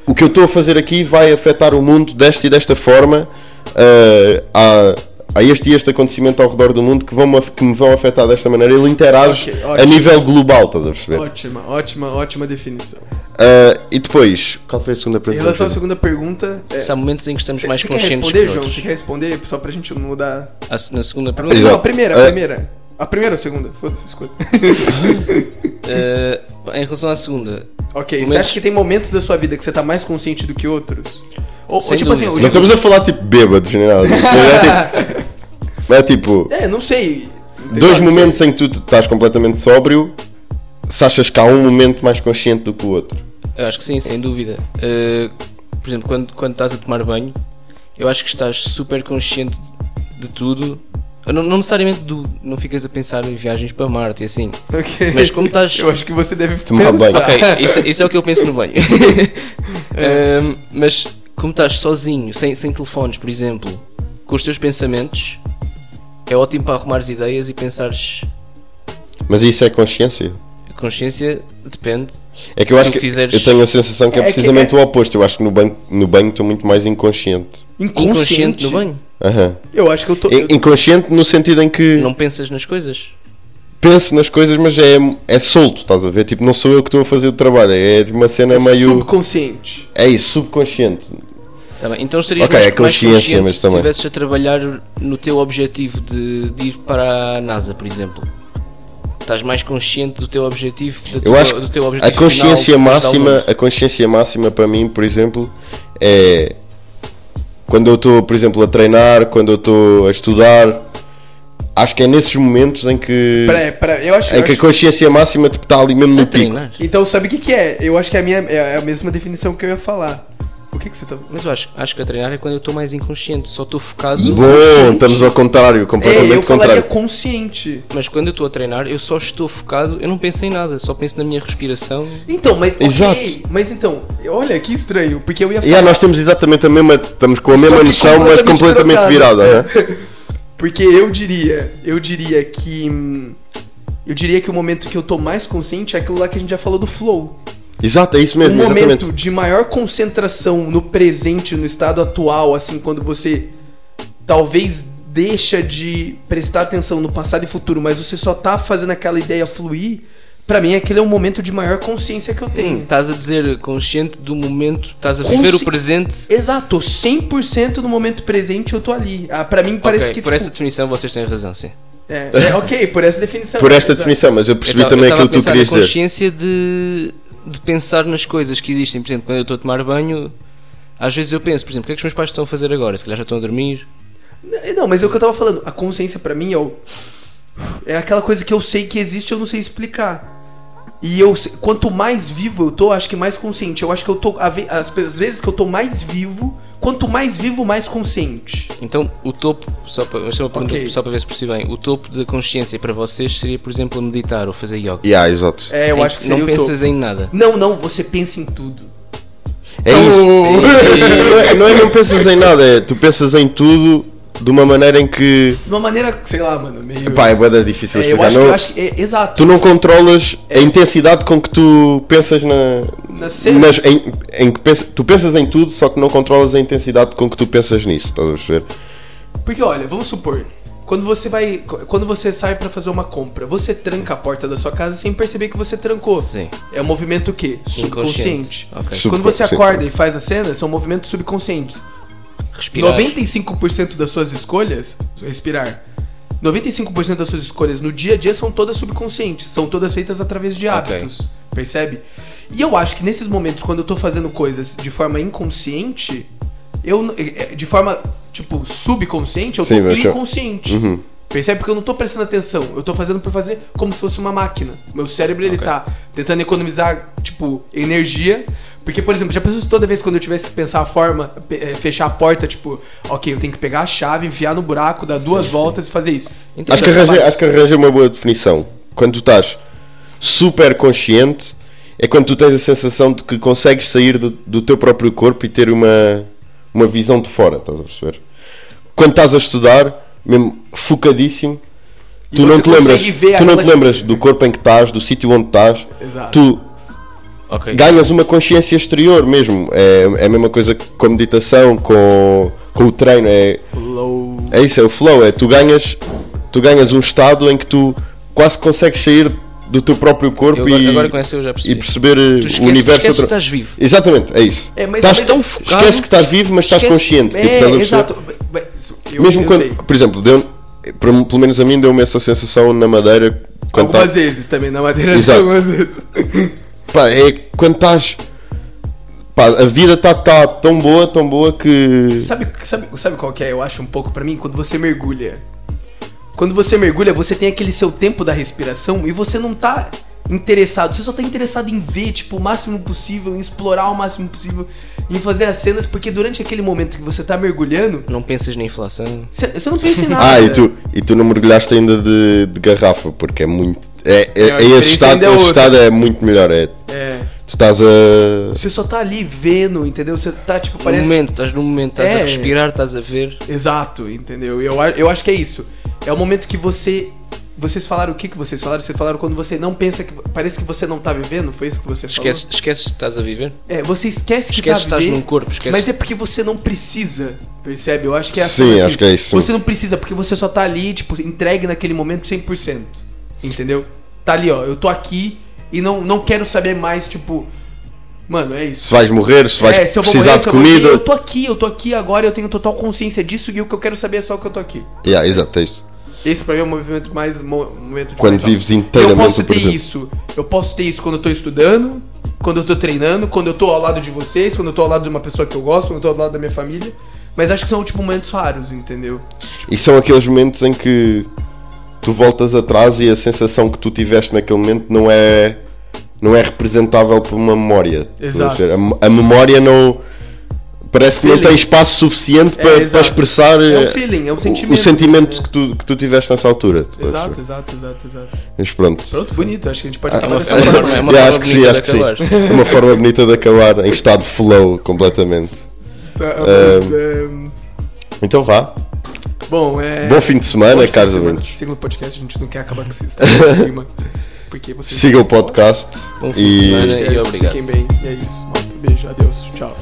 Speaker 1: o que eu estou a fazer aqui vai afetar o mundo desta e desta forma eh, a, a este e este acontecimento ao redor do mundo que, vão me af- que me vão afetar desta maneira. Ele interage
Speaker 2: Ok,
Speaker 1: a
Speaker 2: ótimo.
Speaker 1: nível global, estás a perceber?
Speaker 2: Ótima, ótima, ótima definição.
Speaker 1: Eh, e depois, qual foi a segunda
Speaker 2: Em
Speaker 1: pergunta?
Speaker 2: relação à segunda pergunta. é-
Speaker 3: Se há momentos em que estamos
Speaker 2: Cê-
Speaker 3: mais
Speaker 2: cê
Speaker 3: conscientes
Speaker 2: quer
Speaker 3: que
Speaker 2: responder, João? Você
Speaker 3: outros.
Speaker 2: quer responder? Só pra gente não mudar.
Speaker 3: A- Na segunda
Speaker 1: Exato.
Speaker 3: pergunta,
Speaker 2: Não, a primeira, a
Speaker 1: É.
Speaker 2: primeira. A primeira ou a segunda? Foda-se, escolha.
Speaker 3: eh, em relação à segunda,
Speaker 2: ok, você
Speaker 3: Momentos-
Speaker 2: acha que tem momentos da sua vida que você tá mais consciente do que outros? Ou, ou
Speaker 3: Sem
Speaker 2: tipo assim,
Speaker 3: dúvida.
Speaker 2: hoje-
Speaker 1: Não estamos a falar tipo bêbados, nem nada. disso, mas é tipo- é tipo,
Speaker 2: É, não sei. Tem
Speaker 1: dois
Speaker 2: vários
Speaker 1: momentos em que tu estás completamente sóbrio, se achas que há um momento mais consciente do que o outro.
Speaker 3: Eu acho que sim, sem dúvida. Uh, por exemplo, quando, quando estás a tomar banho, eu acho que estás super consciente de tudo. Eu Não, não necessariamente do, não ficas a pensar em viagens para Marte e assim.
Speaker 2: Ok.
Speaker 3: Mas como estás-
Speaker 2: Eu acho que você deve
Speaker 1: Tomar
Speaker 2: pensar.
Speaker 1: banho.
Speaker 3: Ok, isso, isso é o que eu penso no banho. Um, mas como estás sozinho, sem, sem telefones, por exemplo, com os teus pensamentos, é ótimo para arrumares ideias e pensares.
Speaker 1: Mas isso é consciência?
Speaker 3: A consciência depende.
Speaker 1: É que eu
Speaker 3: Se
Speaker 1: acho
Speaker 3: tu
Speaker 1: que
Speaker 3: quiseres-
Speaker 1: eu tenho a sensação que é,
Speaker 2: É que-
Speaker 1: precisamente o oposto. Eu acho que no banho, no banho estou muito mais inconsciente.
Speaker 3: Inconsciente no banho.
Speaker 1: Aham.
Speaker 2: Eu acho que eu tô.
Speaker 1: In- Inconsciente no sentido em que
Speaker 3: Não pensas nas coisas.
Speaker 1: penso nas coisas, mas é, é solto, estás a ver? Tipo, não sou eu que estou a fazer o trabalho. É uma cena
Speaker 2: eu tô
Speaker 1: meio.
Speaker 2: subconsciente.
Speaker 1: É isso, subconsciente.
Speaker 3: Tá bem, Então estarias
Speaker 1: Ok,
Speaker 3: mais,
Speaker 1: é
Speaker 3: mais
Speaker 1: consciência,
Speaker 3: consciente
Speaker 1: mas
Speaker 3: se
Speaker 1: também.
Speaker 3: estivesses a trabalhar no teu objetivo de, de ir para a NASA, por exemplo. Estás mais consciente do teu objetivo, da
Speaker 1: Eu
Speaker 3: tua-
Speaker 1: acho
Speaker 3: do
Speaker 1: que
Speaker 3: teu objetivo
Speaker 1: a consciência
Speaker 3: final, de ajudar o
Speaker 1: máxima, é
Speaker 3: mundo.
Speaker 1: a consciência máxima para mim, por exemplo, é quando eu estou, por exemplo, a treinar, quando eu estou a estudar. Acho que é nesses momentos em que
Speaker 2: Pra, pra, eu acho,
Speaker 1: em
Speaker 2: eu
Speaker 1: É que a
Speaker 2: acho-
Speaker 1: consciência máxima tipo, está ali mesmo no
Speaker 3: A
Speaker 1: pico.
Speaker 3: treinar.
Speaker 2: Então sabe o que, que é? Eu acho que é a minha. É a mesma definição que eu ia falar. O que, que você tá.
Speaker 3: Mas eu acho, acho que a treinar é quando eu estou mais inconsciente, só estou focado.
Speaker 1: Bom, estamos ao contrário, completamente
Speaker 2: É, eu
Speaker 1: contrário.
Speaker 2: falaria consciente.
Speaker 3: Mas quando eu estou a treinar, eu só estou focado, eu não penso em nada, só penso na minha respiração.
Speaker 2: Então, mas. ok,
Speaker 1: Exato.
Speaker 2: mas então, olha que estranho, porque eu ia
Speaker 1: E ah, nós temos exatamente a mesma, estamos com a mesma
Speaker 2: que
Speaker 1: noção, mas
Speaker 2: completamente
Speaker 1: completamente
Speaker 2: trocado.
Speaker 1: virada. né?
Speaker 2: Porque eu diria, eu diria que. hum, Eu diria que o momento que eu tô mais consciente é aquilo lá que a gente já falou do flow.
Speaker 1: Exato, é isso
Speaker 2: O
Speaker 1: mesmo, exatamente.
Speaker 2: Um momento de maior concentração no presente, no estado atual, assim, quando você talvez deixa de prestar atenção no passado e futuro, mas você só tá fazendo aquela ideia fluir, pra mim aquele é o momento de maior consciência que eu tenho.
Speaker 1: Hum,
Speaker 3: Estás a dizer consciente do momento, estás a viver
Speaker 2: Consci-
Speaker 3: o presente.
Speaker 2: Exato, 100% no momento presente eu tô ali. Ah, para mim parece
Speaker 3: Ok,
Speaker 2: que
Speaker 3: por
Speaker 2: tipo,
Speaker 3: essa definição vocês têm razão, sim.
Speaker 2: é, é, ok, por essa definição.
Speaker 1: Por esta
Speaker 2: exato.
Speaker 1: definição, mas eu percebi
Speaker 3: Eu tava-
Speaker 1: também
Speaker 3: eu tava
Speaker 1: aquilo
Speaker 3: a
Speaker 1: que tu
Speaker 3: pensar
Speaker 1: querias
Speaker 3: na
Speaker 1: dizer.
Speaker 3: consciência de, de pensar nas coisas que existem. Por exemplo, quando eu estou a tomar banho, às vezes eu penso, por exemplo, o que é que os meus pais estão a fazer agora? Se calhar já estão a dormir.
Speaker 2: Não, Não, mas é o que eu tava falando. A consciência pra mim é o. É aquela coisa que eu sei que existe, eu não sei explicar. E eu, se- quanto mais vivo eu tô, acho que mais consciente. Eu acho que eu tô. a ve- As pe- as vezes que eu tô mais vivo, Quanto mais vivo, mais consciente.
Speaker 3: Então, o topo, só para, mas só uma pergunta,
Speaker 2: Ok.
Speaker 3: só para ver se percebi bem, o topo da consciência para vocês seria, por exemplo, meditar ou fazer yoga.
Speaker 1: Yeah, exato.
Speaker 2: É, eu
Speaker 3: Em
Speaker 2: acho que
Speaker 3: não
Speaker 2: seria o topo.
Speaker 3: pensas em nada.
Speaker 2: Não, não, você pensa em tudo.
Speaker 1: É isso. não, é, não é que não pensas em nada, é tu pensas em tudo de uma maneira em que.
Speaker 2: De uma maneira, sei lá, mano, meio.
Speaker 1: Pá, é boeda difícil
Speaker 2: É, eu
Speaker 1: explicar.
Speaker 2: acho que,
Speaker 1: não,
Speaker 2: eu acho que- é, exato.
Speaker 1: Tu não controlas a intensidade com que tu pensas na.
Speaker 2: Nas cenas.
Speaker 1: nas- em, em que pensa- tu pensas em tudo, só que não controlas a intensidade com que tu pensas nisso, estás a perceber?
Speaker 2: Porque olha, vamos supor, quando você vai, quando você sai pra fazer uma compra, você tranca a porta da sua casa sem perceber que você trancou.
Speaker 3: Sim.
Speaker 2: É um movimento que subconsciente.
Speaker 3: Inconsciente. Ok.
Speaker 1: Sub-
Speaker 2: Quando você
Speaker 1: Subconsciente.
Speaker 2: acorda e faz a cena, são movimentos subconscientes.
Speaker 3: Respirar.
Speaker 2: 95% das suas escolhas, respirar. 95% das suas escolhas no dia a dia são todas subconscientes, são todas feitas através de hábitos, percebe? E eu acho que nesses momentos quando eu tô fazendo coisas de forma inconsciente, eu n- eh, eh, de forma tipo subconsciente, eu
Speaker 1: Sim,
Speaker 2: tô
Speaker 1: mas eu-
Speaker 2: inconsciente.
Speaker 1: Uhum.
Speaker 2: Percebe? Porque eu não tô prestando atenção. Eu tô fazendo por fazer como se fosse uma máquina. Meu cérebro, ele
Speaker 3: Ok.
Speaker 2: tá tentando economizar, tipo, energia. Porque, por exemplo, já pensou se toda vez quando eu tivesse que pensar a forma, pe- eh, fechar a porta, tipo, ok, eu tenho que pegar a chave, enfiar no buraco, dar duas
Speaker 3: sim.
Speaker 2: voltas e fazer isso.
Speaker 3: Então,
Speaker 1: Acho que, arranjei, acho que arranjei uma boa definição. Quando tu estás super consciente, é quando tu tens a sensação de que consegues sair do, do teu próprio corpo e ter uma, uma visão de fora, estás a perceber? Quando estás a estudar, mesmo focadíssimo,
Speaker 2: E
Speaker 1: tu
Speaker 2: você
Speaker 1: não te lembras,
Speaker 2: consegue ver
Speaker 1: tu não te
Speaker 2: aquela-
Speaker 1: lembras do corpo em que estás, do sítio onde estás,
Speaker 2: Exato.
Speaker 1: tu
Speaker 3: Ok.
Speaker 1: ganhas uma consciência exterior mesmo. É, é a mesma coisa que com a meditação, com, com o treino, é,
Speaker 2: Low.
Speaker 1: é isso, é o flow, é tu ganhas, tu ganhas um estado em que tu quase consegues sair do teu próprio corpo
Speaker 3: Eu agora-
Speaker 1: e,
Speaker 3: agora com essa eu já percebi.
Speaker 1: e perceber eh,
Speaker 3: Tu esqueces,
Speaker 1: o universo.
Speaker 3: esqueces que
Speaker 1: outra-
Speaker 3: estás vivo.
Speaker 1: Exatamente, é isso.
Speaker 2: É, mas-
Speaker 1: Estás-
Speaker 2: mas tão
Speaker 3: focado-
Speaker 1: esqueces que estás vivo, mas estás
Speaker 3: Esquece-
Speaker 1: consciente. tipo, estás a
Speaker 2: É,
Speaker 1: perceber?
Speaker 2: exato. Mas eu-
Speaker 1: Mesmo
Speaker 2: eu
Speaker 1: quando,
Speaker 2: sei.
Speaker 1: por exemplo, deu, pelo pelo menos a mim deu-me essa sensação na madeira quando
Speaker 2: Algumas
Speaker 1: tá-
Speaker 2: vezes também, na madeira
Speaker 1: Exato.
Speaker 2: algumas vezes.
Speaker 1: Pá, é quando estás. Pá, a vida está tá tão boa, tão boa que.
Speaker 2: Sabe, sabe, sabe qual que é, eu acho, um pouco pra mim? Quando você mergulha. Quando você mergulha, você tem aquele seu tempo da respiração e você não tá interessado, você só tá interessado em ver, tipo, o máximo possível, em explorar o máximo possível, em fazer as cenas, porque durante aquele momento que você tá mergulhando,
Speaker 3: Não pensas na inflação.
Speaker 2: você- você não pensa em nada.
Speaker 1: Ah, e tu, e tu não mergulhaste ainda de, de garrafa, porque é muito. É, é, é
Speaker 2: Não, a
Speaker 1: esse
Speaker 2: experiência
Speaker 1: estado,
Speaker 2: ainda é
Speaker 1: esse
Speaker 2: outra.
Speaker 1: estado é muito melhor. É, tu
Speaker 2: É.
Speaker 1: estás a.
Speaker 2: Você só tá ali vendo, entendeu? Você tá, tipo,
Speaker 3: No
Speaker 2: parece.
Speaker 3: momento, estás no momento, estás
Speaker 2: É.
Speaker 3: a respirar, estás a ver.
Speaker 2: Exato, entendeu? Eu, a- eu acho que é isso. É o momento que você. Vocês falaram o que, que vocês falaram? Vocês falaram quando você não pensa que. Parece que você não tá vivendo? Foi isso que você falou?
Speaker 3: Esqueces, esqueces que estás a viver.
Speaker 2: É, você esquece que
Speaker 3: Esquece que
Speaker 2: tá
Speaker 3: estás
Speaker 2: vivendo,
Speaker 3: num corpo, esquece-
Speaker 2: Mas é porque você não precisa, percebe? Eu acho que é
Speaker 1: Sim,
Speaker 2: coisa
Speaker 1: acho que é isso.
Speaker 2: Você não precisa, porque você só tá ali, tipo, entregue naquele momento 100%. Entendeu? Tá ali, ó, eu tô aqui e não, não quero saber mais, tipo. Mano, é isso.
Speaker 1: Se vais morrer, se vais
Speaker 2: é, se eu vou
Speaker 1: precisar
Speaker 2: morrer, se
Speaker 1: de
Speaker 2: eu vou morrer,
Speaker 1: comida.
Speaker 2: eu tô aqui, eu tô aqui agora, eu tenho total consciência disso e o que eu quero saber é só que eu tô aqui.
Speaker 1: Yeah, exato, é isso.
Speaker 2: Esse pra mim é um movimento mais mo- momento de
Speaker 1: Quando
Speaker 2: mais alto.
Speaker 1: vives inteiramente
Speaker 2: Eu posso
Speaker 1: o
Speaker 2: ter
Speaker 1: presente.
Speaker 2: isso. Eu posso ter isso quando eu tô estudando, quando eu tô treinando, quando eu tô ao lado de vocês, quando eu tô ao lado de uma pessoa que eu gosto, quando eu tô ao lado da minha família. Mas acho que são tipo momentos raros, entendeu?
Speaker 1: E são aqueles momentos em que tu voltas atrás e a sensação que tu tiveste naquele momento não é. Não é representável por uma memória. estás a
Speaker 2: Exato.
Speaker 1: perceber? A, m- a memória não. Parece que não
Speaker 2: Feeling. É,
Speaker 1: tem espaço suficiente para, para
Speaker 2: exato.
Speaker 1: expressar
Speaker 2: É um
Speaker 1: eh,
Speaker 2: feeling, é um
Speaker 1: o-
Speaker 2: sentimento.
Speaker 1: o sentimento que tu, que tu tiveste nessa altura. estás a perceber?
Speaker 2: Exato, exato, exato, exato.
Speaker 1: Mas pronto.
Speaker 2: Pronto, bonito. Acho que a gente pode
Speaker 3: É
Speaker 2: acabar
Speaker 3: uma,
Speaker 2: dessa
Speaker 3: é uma
Speaker 2: forma.
Speaker 3: forma, é uma
Speaker 1: Yeah,
Speaker 3: forma
Speaker 1: acho que sim,
Speaker 3: bonita
Speaker 1: acho que
Speaker 3: de
Speaker 1: sim.
Speaker 3: acabar.
Speaker 1: É uma forma bonita de acabar em estado de flow completamente.
Speaker 2: Tá,
Speaker 1: É.
Speaker 2: mas, ehm,
Speaker 1: Então vá.
Speaker 2: Bom, é.
Speaker 1: Bom fim de semana,
Speaker 2: Bom fim de
Speaker 1: caros
Speaker 2: semana.
Speaker 1: ouvintes.
Speaker 2: Sigam o podcast, a gente não quer acabar com esse estado de clima, Porque vocês.
Speaker 1: Siga o podcast
Speaker 3: Bom fim de
Speaker 1: e
Speaker 3: semana. E obrigado.
Speaker 2: Fiquem bem. E é isso. Beijo, adeus. Tchau.